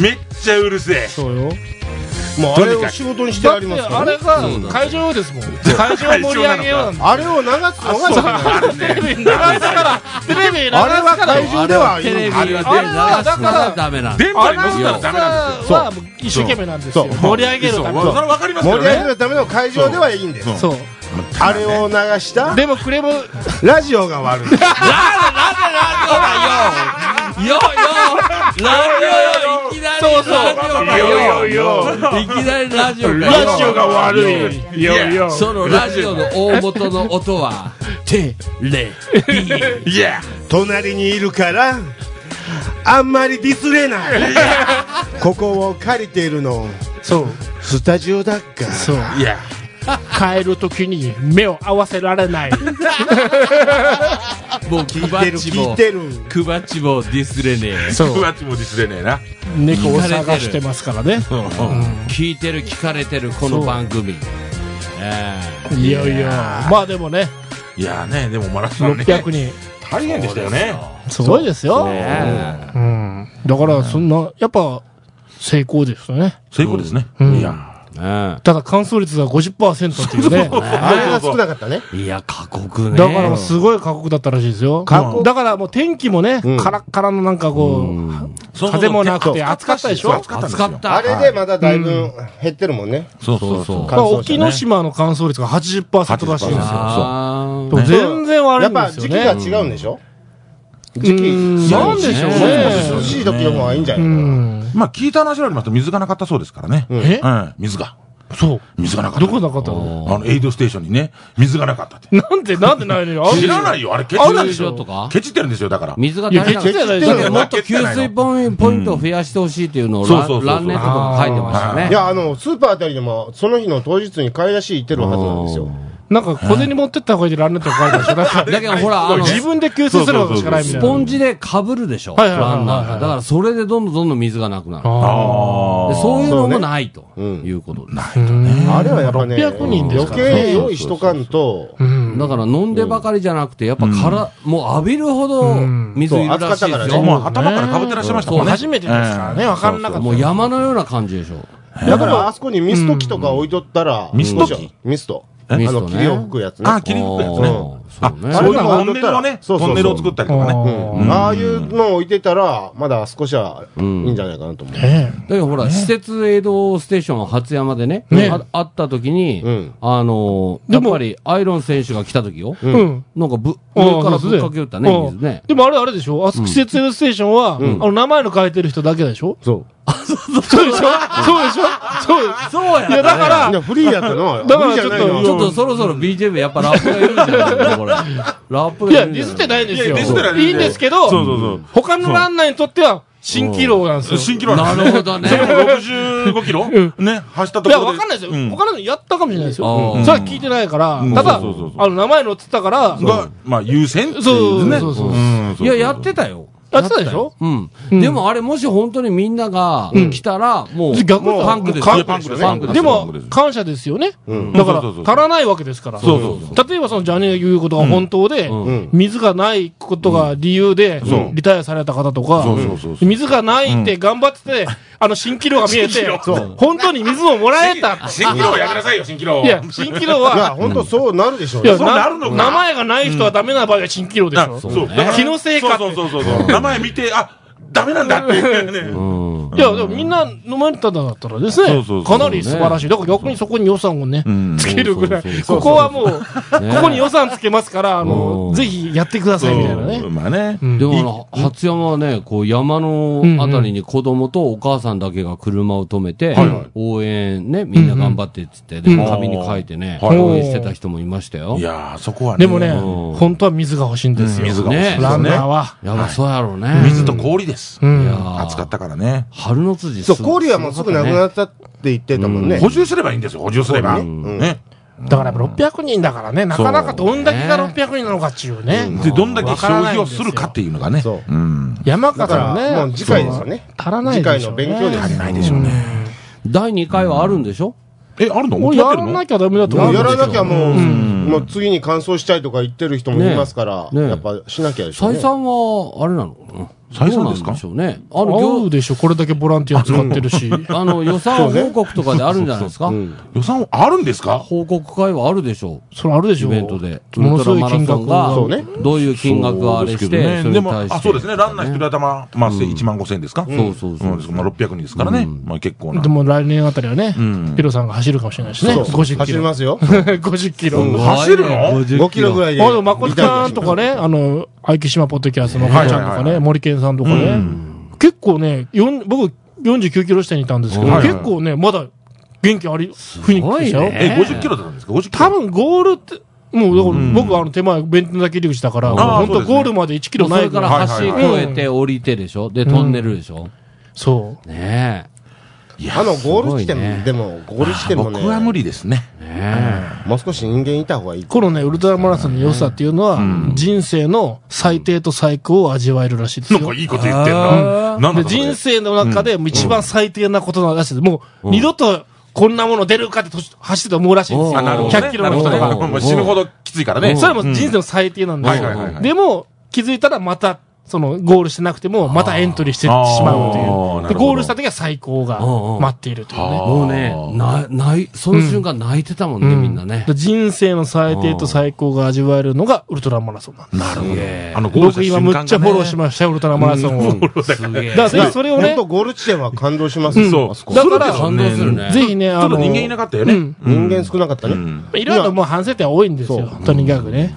[SPEAKER 5] めっちゃうるせえ
[SPEAKER 3] そうよ。
[SPEAKER 2] もうあ
[SPEAKER 5] と
[SPEAKER 2] れ
[SPEAKER 5] に
[SPEAKER 2] を
[SPEAKER 5] かく
[SPEAKER 2] 仕事にして
[SPEAKER 3] だ
[SPEAKER 2] あ
[SPEAKER 3] って
[SPEAKER 2] りますか
[SPEAKER 3] あ
[SPEAKER 2] ら
[SPEAKER 3] れ
[SPEAKER 2] ね
[SPEAKER 3] さ、会場ですもん。会場盛り上げようなんて
[SPEAKER 2] あれを流すのが
[SPEAKER 5] あれ
[SPEAKER 3] テレ
[SPEAKER 5] ね
[SPEAKER 3] ビ流すから、テレビ流すから。
[SPEAKER 2] あれは会場では
[SPEAKER 1] テレビ
[SPEAKER 2] あれ
[SPEAKER 1] は
[SPEAKER 2] は
[SPEAKER 1] 出るな
[SPEAKER 3] あれはだから
[SPEAKER 1] ダメなん
[SPEAKER 5] 電波に乗せたらダメなんですよ
[SPEAKER 3] は一生懸命なんですよ。
[SPEAKER 2] そう
[SPEAKER 3] 盛り上げる
[SPEAKER 5] そう
[SPEAKER 3] ため
[SPEAKER 5] それわかります
[SPEAKER 2] 盛
[SPEAKER 5] よ
[SPEAKER 2] り上げ
[SPEAKER 5] ね
[SPEAKER 2] るための会場ではいいんです
[SPEAKER 5] そ
[SPEAKER 3] そ
[SPEAKER 5] う
[SPEAKER 3] う。
[SPEAKER 2] あれを流した
[SPEAKER 3] でもクレーム、
[SPEAKER 2] ラジオが <laughs> 悪い
[SPEAKER 1] よよラジオよいきなり
[SPEAKER 3] そうそう
[SPEAKER 1] ラジオが
[SPEAKER 5] よよ
[SPEAKER 1] いきなりラジオが
[SPEAKER 3] ラジオが悪い。いやいや。
[SPEAKER 1] そのラジオの大元の音はテレビ
[SPEAKER 5] いや
[SPEAKER 2] 隣にいるからあんまりディスれ <laughs> ないここを借りているの
[SPEAKER 3] そう。
[SPEAKER 2] スタジオだっか
[SPEAKER 3] そう。
[SPEAKER 5] いや
[SPEAKER 3] 帰るときに目を合わせられない。
[SPEAKER 1] もうク
[SPEAKER 2] 聞い
[SPEAKER 1] バ
[SPEAKER 2] てる
[SPEAKER 1] ッチ
[SPEAKER 2] 聞
[SPEAKER 1] も
[SPEAKER 2] いてる
[SPEAKER 1] クバッチもディスれねえ
[SPEAKER 5] <laughs>
[SPEAKER 3] そう
[SPEAKER 5] ふ。わちもディスでねえな
[SPEAKER 3] 猫を探してますからね。
[SPEAKER 1] 聞いてる聞かれてるこの番組ええ
[SPEAKER 3] いやいや。まあでもね、
[SPEAKER 5] いやねでもマラソンね
[SPEAKER 3] 600人。
[SPEAKER 5] 大変でしたよね
[SPEAKER 3] すごいですよ。
[SPEAKER 1] ね
[SPEAKER 3] うん。だから、そんな、やっぱ、成功ですよね。
[SPEAKER 5] そういうことですね
[SPEAKER 3] ん
[SPEAKER 5] いや
[SPEAKER 1] えうん
[SPEAKER 3] ただ、乾燥率が50%っていうね。
[SPEAKER 2] あれが少なかったね
[SPEAKER 1] いや過酷ね
[SPEAKER 3] だからもうすごい過酷だったらしいですよ。
[SPEAKER 2] 過酷
[SPEAKER 3] だからもう天気もね、
[SPEAKER 2] うん
[SPEAKER 3] カラッカラのなんかこう、
[SPEAKER 5] そうそう
[SPEAKER 3] 風もなくて
[SPEAKER 5] そう
[SPEAKER 3] 暑かったでしょ
[SPEAKER 5] そう暑かったんです
[SPEAKER 1] 扱
[SPEAKER 5] よ
[SPEAKER 1] った
[SPEAKER 2] あれでまだだいぶ減ってるもんね
[SPEAKER 5] そうそうそう
[SPEAKER 3] まあ
[SPEAKER 2] 乾燥した
[SPEAKER 3] 沖
[SPEAKER 2] ね
[SPEAKER 3] ノ島の乾燥率が80%らしいんですよ。
[SPEAKER 1] あ
[SPEAKER 3] でも全然悪
[SPEAKER 2] や
[SPEAKER 3] い
[SPEAKER 2] っ
[SPEAKER 3] ん
[SPEAKER 2] ぱ
[SPEAKER 3] です
[SPEAKER 2] 時
[SPEAKER 3] よ
[SPEAKER 2] 期
[SPEAKER 3] ね。
[SPEAKER 2] が違うんでしょ時
[SPEAKER 3] うん
[SPEAKER 2] 期
[SPEAKER 3] なんでしょう
[SPEAKER 1] そう
[SPEAKER 2] 涼
[SPEAKER 3] ね。
[SPEAKER 2] しい時の方がいいんじゃ
[SPEAKER 3] う
[SPEAKER 2] ない
[SPEAKER 3] ん。
[SPEAKER 5] まあ聞いた話にありますと水がなかったそうですからね。
[SPEAKER 3] え
[SPEAKER 5] うん、水が。
[SPEAKER 3] そう。
[SPEAKER 5] 水がなかった。
[SPEAKER 3] どこなかったの
[SPEAKER 5] あの、エイドステーションにね、水がなかったって。
[SPEAKER 3] なんで、なんでないのよ。。
[SPEAKER 5] 知らないいよ、あれケチ
[SPEAKER 1] あ
[SPEAKER 5] ってる
[SPEAKER 1] 通
[SPEAKER 5] でし
[SPEAKER 1] 常
[SPEAKER 5] ょ。
[SPEAKER 1] とか
[SPEAKER 5] ケチってるんですよ、だから。
[SPEAKER 1] 水が
[SPEAKER 3] い
[SPEAKER 1] 足
[SPEAKER 3] や、ケ
[SPEAKER 1] りな
[SPEAKER 3] チ
[SPEAKER 1] かっ
[SPEAKER 3] っ
[SPEAKER 1] てただ
[SPEAKER 3] ない
[SPEAKER 1] か
[SPEAKER 3] です
[SPEAKER 1] ら
[SPEAKER 3] よ。
[SPEAKER 1] もっと給水ポインポイントを増やしてほしいっていうのを
[SPEAKER 5] そう
[SPEAKER 1] ラ
[SPEAKER 5] そ
[SPEAKER 1] ン
[SPEAKER 5] うそうそう
[SPEAKER 1] ランネットとか書いてました
[SPEAKER 5] は
[SPEAKER 1] ね。
[SPEAKER 2] やあのスーパーあたりでもその日の当日に買い出し行ってるはずなんですよ
[SPEAKER 3] なんか小銭持ってった方がいいランネットが書いてあるでしょ。なんか
[SPEAKER 1] だけどほら、あの、
[SPEAKER 3] 自分で給水することしかないみた
[SPEAKER 1] ス
[SPEAKER 3] いな。
[SPEAKER 1] ポンジで被るでしょ、
[SPEAKER 3] はいはいはいはい
[SPEAKER 1] ランナーが。だからそれでどんどんどんどん水がなくなる。
[SPEAKER 3] あ
[SPEAKER 5] あ
[SPEAKER 1] で
[SPEAKER 5] ー
[SPEAKER 1] そういうのもないと
[SPEAKER 2] うん
[SPEAKER 1] いうことです。
[SPEAKER 3] あ。うん
[SPEAKER 2] あれはやっぱね
[SPEAKER 3] 600人です
[SPEAKER 2] 余
[SPEAKER 3] からね。
[SPEAKER 2] 計用意しとかんと
[SPEAKER 3] うん。
[SPEAKER 1] だから飲んでばかりじゃなくて、やっぱから、もう浴びるほど水いるらしいです
[SPEAKER 2] そ
[SPEAKER 1] よ。
[SPEAKER 2] う
[SPEAKER 5] も
[SPEAKER 1] も
[SPEAKER 5] う頭から被ってらっしゃいましたも
[SPEAKER 3] も
[SPEAKER 5] ん
[SPEAKER 3] う
[SPEAKER 5] ね。
[SPEAKER 3] 初めてですからね、わからなか
[SPEAKER 1] う
[SPEAKER 3] った。
[SPEAKER 1] もう山のような感じでしょ。
[SPEAKER 2] だからあそこにミスト機とか置いとったら
[SPEAKER 5] ミスト機
[SPEAKER 2] どうしようミスト
[SPEAKER 5] え
[SPEAKER 2] あ
[SPEAKER 1] ミスト
[SPEAKER 2] の
[SPEAKER 1] ね
[SPEAKER 2] 霧を吹くやつね
[SPEAKER 5] あー、切り抜くやつ
[SPEAKER 1] う
[SPEAKER 5] ね。
[SPEAKER 1] ん
[SPEAKER 5] あ、
[SPEAKER 1] そうね
[SPEAKER 5] そういうのトンネルをね、
[SPEAKER 2] そうそうそう
[SPEAKER 5] トンネルを作ったりとかね。
[SPEAKER 2] うんああいうのを置いてたら、まだ少しはいいんじゃないかなと思う。
[SPEAKER 3] ね
[SPEAKER 1] だけどほら、施設営動ステーション初山でね、
[SPEAKER 3] ね
[SPEAKER 1] ああった時に、
[SPEAKER 2] うん
[SPEAKER 1] あのー、
[SPEAKER 3] で
[SPEAKER 1] やっ
[SPEAKER 3] も
[SPEAKER 1] ぱりアイロン選手が来た時よ。
[SPEAKER 3] え。うん。
[SPEAKER 1] なんかぶ、
[SPEAKER 3] あー
[SPEAKER 1] 上からぶっかけ打ったね、
[SPEAKER 3] そうです
[SPEAKER 1] 水ね。
[SPEAKER 3] でもあれあれでしょあそこ施設ステーションは、あの、名前の書いてる人だけでしょ
[SPEAKER 2] そ
[SPEAKER 3] そうでしょそうでしょそうです。
[SPEAKER 1] そうや
[SPEAKER 3] いや、だから、
[SPEAKER 2] う。フリーやったの
[SPEAKER 3] だから
[SPEAKER 2] フリーじゃないの
[SPEAKER 1] ちょっとそろそろ BGM やっぱラップがいるんじゃないこれ。ラップが
[SPEAKER 3] い
[SPEAKER 1] い
[SPEAKER 3] や、
[SPEAKER 1] るん
[SPEAKER 3] デ
[SPEAKER 1] じ
[SPEAKER 3] ィ
[SPEAKER 1] ゃな
[SPEAKER 3] スって
[SPEAKER 1] い
[SPEAKER 3] ないんですよ。
[SPEAKER 5] いやディスってない
[SPEAKER 3] いいんですけど、
[SPEAKER 5] そうそうそう。
[SPEAKER 3] 他のランナーにとっては、新規郎なんですよ。
[SPEAKER 5] 新キロ
[SPEAKER 1] なるほどね
[SPEAKER 5] でも65キロね、走ったとこ
[SPEAKER 3] いや、
[SPEAKER 5] ろで。
[SPEAKER 3] わかんないですよ。
[SPEAKER 5] う
[SPEAKER 3] 他の人やったかもしれないですよ。
[SPEAKER 1] あ
[SPEAKER 3] そ
[SPEAKER 1] ー
[SPEAKER 3] れは聞いてないから
[SPEAKER 5] うん、
[SPEAKER 3] ただ、あ
[SPEAKER 5] そうそうそうそう
[SPEAKER 3] の、名前載ってたから、
[SPEAKER 5] が、まあ、優先ってい
[SPEAKER 3] そうう
[SPEAKER 5] ね。
[SPEAKER 3] そうそう
[SPEAKER 5] うん
[SPEAKER 1] いや、やってたよ。
[SPEAKER 3] やってたでしょ
[SPEAKER 1] うん。
[SPEAKER 3] うん
[SPEAKER 1] でもあれ、もし本当にみんなが来たら、もう、
[SPEAKER 3] 逆だ
[SPEAKER 1] パンクです
[SPEAKER 5] も
[SPEAKER 1] よ。
[SPEAKER 5] うパンクですよ
[SPEAKER 1] パンクです
[SPEAKER 3] で
[SPEAKER 1] よ
[SPEAKER 3] も、感謝ですよね。だから、
[SPEAKER 5] そうそうそう
[SPEAKER 3] 足らないわけですから。
[SPEAKER 5] そうそうそう。
[SPEAKER 3] 例えばそのジャニーが言うことが本当で、
[SPEAKER 2] ん
[SPEAKER 3] 水がないことが理由で、
[SPEAKER 5] そう
[SPEAKER 3] リタイアされた方とか、
[SPEAKER 5] そうそうそうそう
[SPEAKER 3] 水がないって頑張ってて、あの蜃気楼が見えて、そう本当に水をもらえた。
[SPEAKER 5] 新規郎やめなさいよ、新規郎。
[SPEAKER 3] いや、蜃気楼
[SPEAKER 2] いや、
[SPEAKER 3] は、
[SPEAKER 2] 本当そうなるでしょう
[SPEAKER 3] い
[SPEAKER 2] ね
[SPEAKER 3] や
[SPEAKER 5] そうなるのか
[SPEAKER 3] 名前がない人はダメな場合は蜃気楼でし
[SPEAKER 5] な
[SPEAKER 3] ょ。
[SPEAKER 5] そ
[SPEAKER 3] そうう
[SPEAKER 5] だから
[SPEAKER 3] 気のせいかって
[SPEAKER 5] そうそうそうそう。名前見て、あ、ダメなんだ
[SPEAKER 3] <laughs>
[SPEAKER 5] っていうね。
[SPEAKER 3] いや、でもみんな飲まれたんだったらですね、
[SPEAKER 5] そうそうそう
[SPEAKER 3] かなり素晴らしい。だから逆にそこに予算をね、
[SPEAKER 5] ん
[SPEAKER 3] つけるぐらい
[SPEAKER 1] そうそう。そう
[SPEAKER 3] ここはもう、ここに予算つけますから、あ
[SPEAKER 1] う
[SPEAKER 3] の
[SPEAKER 1] ん、
[SPEAKER 3] ぜひやってくださいみたいなね
[SPEAKER 5] そう。まあね。
[SPEAKER 3] うん
[SPEAKER 1] でもあの、初山はね、こう山のあたりに子供とお母さんだけが車を止めて、応援ね、みんな頑張ってっつって、で
[SPEAKER 3] うん
[SPEAKER 1] 紙に書いてね、
[SPEAKER 5] はい
[SPEAKER 1] 応援してた人もいましたよ。
[SPEAKER 5] い
[SPEAKER 1] や
[SPEAKER 5] やー、そこは
[SPEAKER 3] で
[SPEAKER 5] ね。
[SPEAKER 3] もね、
[SPEAKER 1] うん
[SPEAKER 3] 本当は水が欲しいんですよ。
[SPEAKER 5] 水が
[SPEAKER 1] ね
[SPEAKER 5] 欲しいです
[SPEAKER 3] ラ
[SPEAKER 5] よ
[SPEAKER 3] ンナ
[SPEAKER 5] ね
[SPEAKER 3] ー。は。
[SPEAKER 1] ばそうやろうね。
[SPEAKER 5] 水と氷です。
[SPEAKER 3] うん。
[SPEAKER 5] 暑かったからね。
[SPEAKER 1] 春の辻
[SPEAKER 2] そう、氷はもうすぐなくなったって言ってたもんね。
[SPEAKER 5] 補充すればいいんですよ、補充すれば。
[SPEAKER 2] ん
[SPEAKER 5] ね。
[SPEAKER 3] だからやっぱ600人だからね、なかなかどんだけが600人なのかっていうね。
[SPEAKER 5] で、どんだけ
[SPEAKER 3] わから
[SPEAKER 5] 消
[SPEAKER 3] ない
[SPEAKER 5] 費
[SPEAKER 3] ん
[SPEAKER 5] を
[SPEAKER 3] ですよ
[SPEAKER 5] るかっていうのがね。
[SPEAKER 2] そう
[SPEAKER 5] うん。
[SPEAKER 3] 山
[SPEAKER 2] だ
[SPEAKER 3] 形
[SPEAKER 2] から、
[SPEAKER 3] はね、
[SPEAKER 2] もう次回ですよね。
[SPEAKER 3] 足らないでしょ、ね。
[SPEAKER 2] 次回の勉強です
[SPEAKER 5] 足りないでしょうね。
[SPEAKER 1] 第2回はあるんでしょ
[SPEAKER 5] え、あるの
[SPEAKER 3] も
[SPEAKER 5] もう
[SPEAKER 3] う
[SPEAKER 5] や
[SPEAKER 3] や
[SPEAKER 5] って
[SPEAKER 3] ら
[SPEAKER 5] るの
[SPEAKER 3] なきゃダメだと
[SPEAKER 2] も
[SPEAKER 3] 思
[SPEAKER 2] う
[SPEAKER 3] う。
[SPEAKER 2] やらなきゃもう、
[SPEAKER 3] ん
[SPEAKER 2] もう次に乾燥したいとか言ってる人もいますから、
[SPEAKER 1] ねね
[SPEAKER 2] やっぱしなきゃでしょう
[SPEAKER 1] 採
[SPEAKER 2] ね。
[SPEAKER 1] 算は、あれなのかな
[SPEAKER 5] 採算ですか
[SPEAKER 1] どうなんでしょうね。あの、
[SPEAKER 3] 合う
[SPEAKER 1] 業
[SPEAKER 3] でしょ、これだけボランティア使ってるし。
[SPEAKER 1] あの予算報告とかであるんじゃないですか
[SPEAKER 5] 予算あるんですか
[SPEAKER 1] 報告会はあるでしょう。
[SPEAKER 3] <laughs> それあるでし
[SPEAKER 1] イ
[SPEAKER 3] ょ。
[SPEAKER 1] ベントで。
[SPEAKER 3] ものすごい金額が。
[SPEAKER 2] そうね
[SPEAKER 1] どういう金額があれ
[SPEAKER 5] そ
[SPEAKER 1] し
[SPEAKER 5] うです
[SPEAKER 1] て、そ
[SPEAKER 5] けど
[SPEAKER 1] れ
[SPEAKER 5] で
[SPEAKER 1] に
[SPEAKER 5] も、
[SPEAKER 1] 対して。
[SPEAKER 5] あ、そうですね。ランナー一人頭、まあ、1万5千ですか
[SPEAKER 1] そうそうそう
[SPEAKER 5] ですまあ、600人ですからね。まあ、結構な
[SPEAKER 3] で。も来年あたりはね、
[SPEAKER 5] ん
[SPEAKER 3] ペロさんが走るかもしれないしね。
[SPEAKER 2] そう
[SPEAKER 3] 50キ
[SPEAKER 2] 走り
[SPEAKER 3] ロ。
[SPEAKER 2] ますよ。
[SPEAKER 3] 50キロ。あ、
[SPEAKER 5] 走るの
[SPEAKER 2] 5キロぐ
[SPEAKER 1] い。
[SPEAKER 2] らいで。
[SPEAKER 3] でも、まこちゃんとかね、あの、愛木島ポッドキャストのまこちゃんと
[SPEAKER 5] は
[SPEAKER 3] か
[SPEAKER 5] いはいは
[SPEAKER 3] ね、森健さんとかね、結構ね、よん僕49キロ地点にいたんですけど、
[SPEAKER 5] はいはい
[SPEAKER 3] 結構ね、まだ元気あり、雰囲気でした
[SPEAKER 1] すご
[SPEAKER 3] よ
[SPEAKER 1] い。ね
[SPEAKER 5] え、50キロだったんですか ?50 キロ。
[SPEAKER 3] 多分ゴールって、もうだから、僕あの手前、弁天崎入り口だから、
[SPEAKER 5] あー
[SPEAKER 3] 本
[SPEAKER 5] そう
[SPEAKER 3] 当
[SPEAKER 5] ですね
[SPEAKER 3] ゴールまで1キロ
[SPEAKER 1] そ
[SPEAKER 3] ない
[SPEAKER 1] れか
[SPEAKER 3] か。
[SPEAKER 1] らら
[SPEAKER 5] は
[SPEAKER 1] 橋
[SPEAKER 5] い
[SPEAKER 1] 越
[SPEAKER 5] はい
[SPEAKER 3] はい
[SPEAKER 1] えて降りてでしょで、トンネルでしょ
[SPEAKER 3] そ。。
[SPEAKER 1] ね
[SPEAKER 2] あの、ゴー
[SPEAKER 1] す
[SPEAKER 2] ル地
[SPEAKER 1] ごい
[SPEAKER 2] 点、
[SPEAKER 1] ね
[SPEAKER 2] でも、ゴール地点もね、
[SPEAKER 5] 僕は無理ですね。
[SPEAKER 1] え。ね
[SPEAKER 2] もう少し人間いた方がいいう
[SPEAKER 3] このね、ウルトラマラソンの良さっていうのは、人生の最低と最高を味わえるらしいです
[SPEAKER 5] な
[SPEAKER 3] よ。
[SPEAKER 5] んかいいこと言ってんな。なん
[SPEAKER 3] で
[SPEAKER 5] だそれ
[SPEAKER 3] 人生の中で一番最低なことならしいです。もう二度とこんなもの出るかってとし走ってたら思うらしいんですよ。
[SPEAKER 5] あ、なるほどね。
[SPEAKER 3] 100キロの人
[SPEAKER 5] な
[SPEAKER 3] と
[SPEAKER 5] るほ
[SPEAKER 3] か。
[SPEAKER 5] どね <laughs> もう死ぬほどきついからね。
[SPEAKER 3] それも人生の最低なんです
[SPEAKER 5] うんはいはいはい
[SPEAKER 3] よ。
[SPEAKER 5] はい
[SPEAKER 3] でも気づいたらまた、そのゴールしてなくてもまたエントリーしてしまうと
[SPEAKER 5] あー
[SPEAKER 3] いう
[SPEAKER 5] なるほど
[SPEAKER 3] で。ゴールした時は最高が
[SPEAKER 1] うんうん
[SPEAKER 3] 待っているという
[SPEAKER 5] は
[SPEAKER 3] ね。
[SPEAKER 1] もうね、な、ない、その瞬間泣いてたもんね、
[SPEAKER 3] うん
[SPEAKER 1] みんなね。
[SPEAKER 3] 人生の最低と最高が味わえるのがウルトラマラソンなんです。
[SPEAKER 5] なるほど
[SPEAKER 1] すげえ。
[SPEAKER 5] あの、ゴールし
[SPEAKER 3] 僕今
[SPEAKER 5] た瞬間
[SPEAKER 3] む
[SPEAKER 5] がね
[SPEAKER 3] っちゃフォローしましたよ、ウルトラマラソンを。だか
[SPEAKER 1] すげえ。
[SPEAKER 3] らぜひそれをね
[SPEAKER 2] 本当、ゴール地点は感動しますよ。
[SPEAKER 5] そう。
[SPEAKER 2] あこ
[SPEAKER 3] だか
[SPEAKER 5] それで
[SPEAKER 3] ら、
[SPEAKER 1] 感動するね。
[SPEAKER 3] ぜひね、あ
[SPEAKER 5] ちょっと
[SPEAKER 3] の、
[SPEAKER 5] 人間いなかったよね。
[SPEAKER 3] うん
[SPEAKER 2] 人間少なかったね。
[SPEAKER 3] いろいろもう反省点は多いんですよ、とにかくね。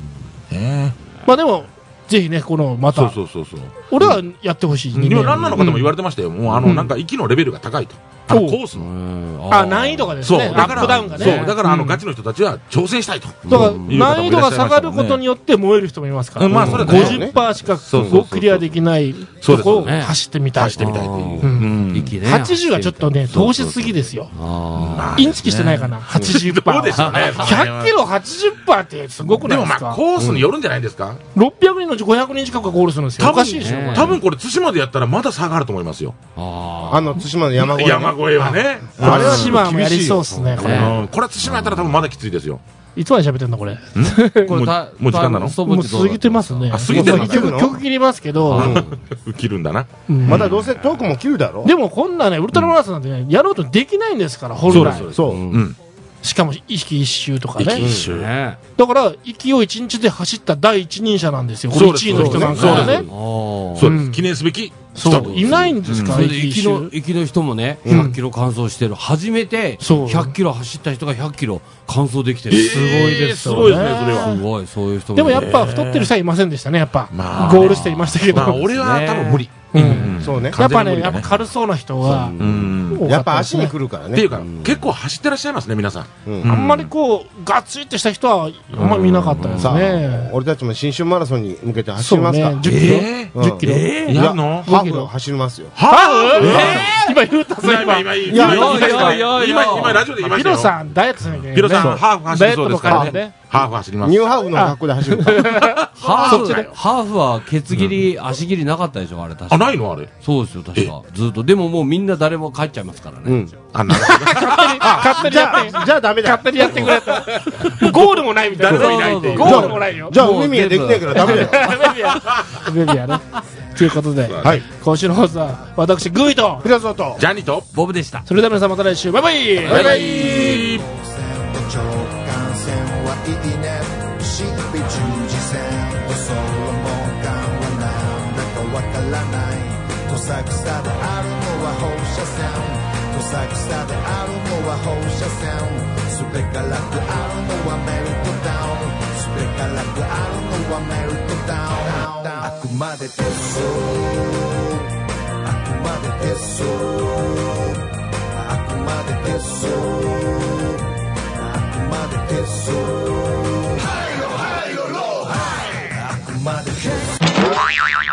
[SPEAKER 5] ね
[SPEAKER 3] まあでも、ぜひね、この、ま
[SPEAKER 5] そう
[SPEAKER 3] た、
[SPEAKER 5] そうそうそう。
[SPEAKER 3] 俺はやってほしい。
[SPEAKER 5] でもランナーの方も言わ
[SPEAKER 3] れ
[SPEAKER 5] れてましたよ。もうあの、なんか息のレベルが高いと。あの、
[SPEAKER 3] おう
[SPEAKER 5] コースの。
[SPEAKER 1] うん
[SPEAKER 3] あ、難易度がです
[SPEAKER 5] そう。
[SPEAKER 3] ね、ア
[SPEAKER 5] だか
[SPEAKER 3] ップダウンが
[SPEAKER 5] ら、
[SPEAKER 3] ね。
[SPEAKER 5] そう。だから、あの、
[SPEAKER 3] うん
[SPEAKER 5] ガチの人たちは挑戦したいと。
[SPEAKER 3] だから、
[SPEAKER 5] いう方もいらっ
[SPEAKER 3] 難
[SPEAKER 5] しゃいましたもんね
[SPEAKER 3] 易度が下がることによって燃える人もいますから。
[SPEAKER 5] うんまあそれはね
[SPEAKER 3] 50%しか
[SPEAKER 5] そうそうそう
[SPEAKER 3] こうクリアできない
[SPEAKER 5] そ
[SPEAKER 3] と
[SPEAKER 5] うです
[SPEAKER 3] こを
[SPEAKER 1] ね
[SPEAKER 3] 走ってみたい。
[SPEAKER 5] 出してみたいという。
[SPEAKER 3] う
[SPEAKER 5] うんん。
[SPEAKER 1] 息ね。
[SPEAKER 3] 80はちょっとね、投資すぎですよ。
[SPEAKER 1] あ
[SPEAKER 3] インチキしてないかな、80%。
[SPEAKER 5] どうでしょうね。
[SPEAKER 3] 100キロ80%ってすごくな
[SPEAKER 5] で
[SPEAKER 3] い
[SPEAKER 5] も
[SPEAKER 3] です
[SPEAKER 5] ま
[SPEAKER 3] か
[SPEAKER 5] あ、コースによるんじゃないですか
[SPEAKER 3] 600人のうち500人近くがゴールするんですよ。
[SPEAKER 5] 多
[SPEAKER 3] おか
[SPEAKER 5] 分
[SPEAKER 3] しいでしょ、これ
[SPEAKER 5] 多分これ、対馬でやったらまだ差があると思いますよ。
[SPEAKER 1] ーあー。
[SPEAKER 2] あの、対馬の山越えね。
[SPEAKER 5] 山越えはね。
[SPEAKER 2] あれは
[SPEAKER 3] 千葉もやりそうですね、これ。
[SPEAKER 5] うんこれは対馬やったら多分まだきついですよ。
[SPEAKER 3] いつまで喋ってんの、これ。
[SPEAKER 1] これた
[SPEAKER 5] もう時間なの
[SPEAKER 1] ストッ
[SPEAKER 3] も
[SPEAKER 1] プ
[SPEAKER 3] う
[SPEAKER 1] 値どうだ
[SPEAKER 3] 過
[SPEAKER 1] った
[SPEAKER 3] ぎてますね。
[SPEAKER 5] あ過ぎてる
[SPEAKER 3] もう
[SPEAKER 2] 過ぎてるの
[SPEAKER 3] 曲曲切りますけど、
[SPEAKER 5] 切るんだな。
[SPEAKER 3] うん
[SPEAKER 2] まだどうせトークも切るだろ。
[SPEAKER 3] でもこんなね、ウルトラマラソンなんてね、やろうとできないんですから、本来。
[SPEAKER 2] そう。
[SPEAKER 3] しかも、意識一周とかね。
[SPEAKER 5] 周
[SPEAKER 1] ね。
[SPEAKER 3] だから、勢い一日で走った第一人者なんですよ。こ
[SPEAKER 5] そ
[SPEAKER 3] れ
[SPEAKER 5] うです
[SPEAKER 3] 1位の人なんかは
[SPEAKER 5] そうです
[SPEAKER 1] ああ。
[SPEAKER 3] ね。
[SPEAKER 5] そうで
[SPEAKER 3] う
[SPEAKER 5] す。
[SPEAKER 3] ん
[SPEAKER 5] 記念すべき人
[SPEAKER 3] そう。いないんですか
[SPEAKER 1] そ
[SPEAKER 3] ら、
[SPEAKER 1] れで
[SPEAKER 3] 一
[SPEAKER 1] 行き
[SPEAKER 3] 周
[SPEAKER 1] の、行きの人もね、100キロ完走してる。初めて、
[SPEAKER 3] そう
[SPEAKER 1] 100キロ走った人が100キロ完走できてる。
[SPEAKER 3] すごいです
[SPEAKER 5] す
[SPEAKER 3] よね
[SPEAKER 5] ごいですね、それは。
[SPEAKER 1] すごい、そういう人も。
[SPEAKER 3] でもやっ、ぱ太ってる人はいませんでしたね、やっぱ。
[SPEAKER 5] まあ
[SPEAKER 3] ゴールしていましたけど。
[SPEAKER 5] まあ、俺は多分無理。
[SPEAKER 3] うん
[SPEAKER 2] そうね。
[SPEAKER 3] やっぱ
[SPEAKER 5] 完全に無
[SPEAKER 3] ね、
[SPEAKER 5] 理
[SPEAKER 3] や
[SPEAKER 5] だ
[SPEAKER 3] っ
[SPEAKER 5] ね
[SPEAKER 3] ぱ軽そうな人が
[SPEAKER 5] うん。
[SPEAKER 3] 多か
[SPEAKER 2] やったぱ
[SPEAKER 3] です
[SPEAKER 2] 足
[SPEAKER 3] ね
[SPEAKER 2] に来るから
[SPEAKER 5] ってい
[SPEAKER 2] ね
[SPEAKER 5] う。か、結構走ってらっしゃいますね、皆さん。
[SPEAKER 3] あんまりこう、ガツイってした人は、あんまり見なかったです
[SPEAKER 2] さあ
[SPEAKER 3] ね、。
[SPEAKER 2] 俺たちも新春マラソンに向けて走
[SPEAKER 3] そう
[SPEAKER 2] ります
[SPEAKER 3] ね、
[SPEAKER 2] か
[SPEAKER 3] 10。キロ。
[SPEAKER 5] えー
[SPEAKER 3] 10キロ。
[SPEAKER 5] えー
[SPEAKER 2] い
[SPEAKER 5] やるの
[SPEAKER 2] ハー
[SPEAKER 3] キ
[SPEAKER 2] フ
[SPEAKER 3] ロ
[SPEAKER 2] 走りますよ。
[SPEAKER 3] ハーフ今言うたぞ、
[SPEAKER 5] 今、
[SPEAKER 3] 今。
[SPEAKER 5] 今、今、今、
[SPEAKER 1] いやいやいやいや
[SPEAKER 5] 今、今、ラジオで言いま
[SPEAKER 3] ヒ
[SPEAKER 5] した
[SPEAKER 3] ロ
[SPEAKER 5] よ。
[SPEAKER 3] さん、ダイエットしなきゃいけないね。
[SPEAKER 5] ヒロさん、ハーフ走
[SPEAKER 3] ダイエ
[SPEAKER 5] り
[SPEAKER 3] ッ
[SPEAKER 5] そう
[SPEAKER 3] ト
[SPEAKER 5] で
[SPEAKER 3] の
[SPEAKER 5] すから
[SPEAKER 3] 関係
[SPEAKER 5] ね。
[SPEAKER 3] ね。
[SPEAKER 5] ハーフ走ります
[SPEAKER 2] ニューハーフの格好で走るか。
[SPEAKER 1] ハ
[SPEAKER 5] そ
[SPEAKER 1] ー
[SPEAKER 5] う
[SPEAKER 1] フ
[SPEAKER 5] だよ、
[SPEAKER 1] ハーフはケツ切り、足切りなかったでしょ、あれ確か。
[SPEAKER 5] あないのあれ
[SPEAKER 1] そうですよ、確か。ずっと。でももうみんな誰も帰っちゃいますからね。
[SPEAKER 2] うん。
[SPEAKER 5] あなるほど
[SPEAKER 3] 勝手に
[SPEAKER 2] じ
[SPEAKER 3] やっ
[SPEAKER 2] ゃ
[SPEAKER 3] て
[SPEAKER 2] あ、じゃあダメだ。
[SPEAKER 3] 勝手にやってくれたもう <laughs> ゴールもないみたいな
[SPEAKER 1] 誰もいないっていう
[SPEAKER 3] ゴールもないよ
[SPEAKER 2] じゃあ、海見えできないからダメだよ。
[SPEAKER 3] ベビアねということで
[SPEAKER 2] はい。
[SPEAKER 3] 今週の放送は私グイと
[SPEAKER 2] 平沢と。
[SPEAKER 5] ジャニーと
[SPEAKER 1] ボブでした。
[SPEAKER 3] それでは皆さんまた来週バイバイ
[SPEAKER 5] バイバイ
[SPEAKER 7] 長官戦はいいね神秘十字線とソロモン間はなんだかわからないどさくさであるのは放射線どさくさであるのは放射線すべからくあるのはメルトダウンすべからくあるのはメルトダウンあくまで手相あくまで手相あくまで手相までテストはいよはいよローハイあくまでテスト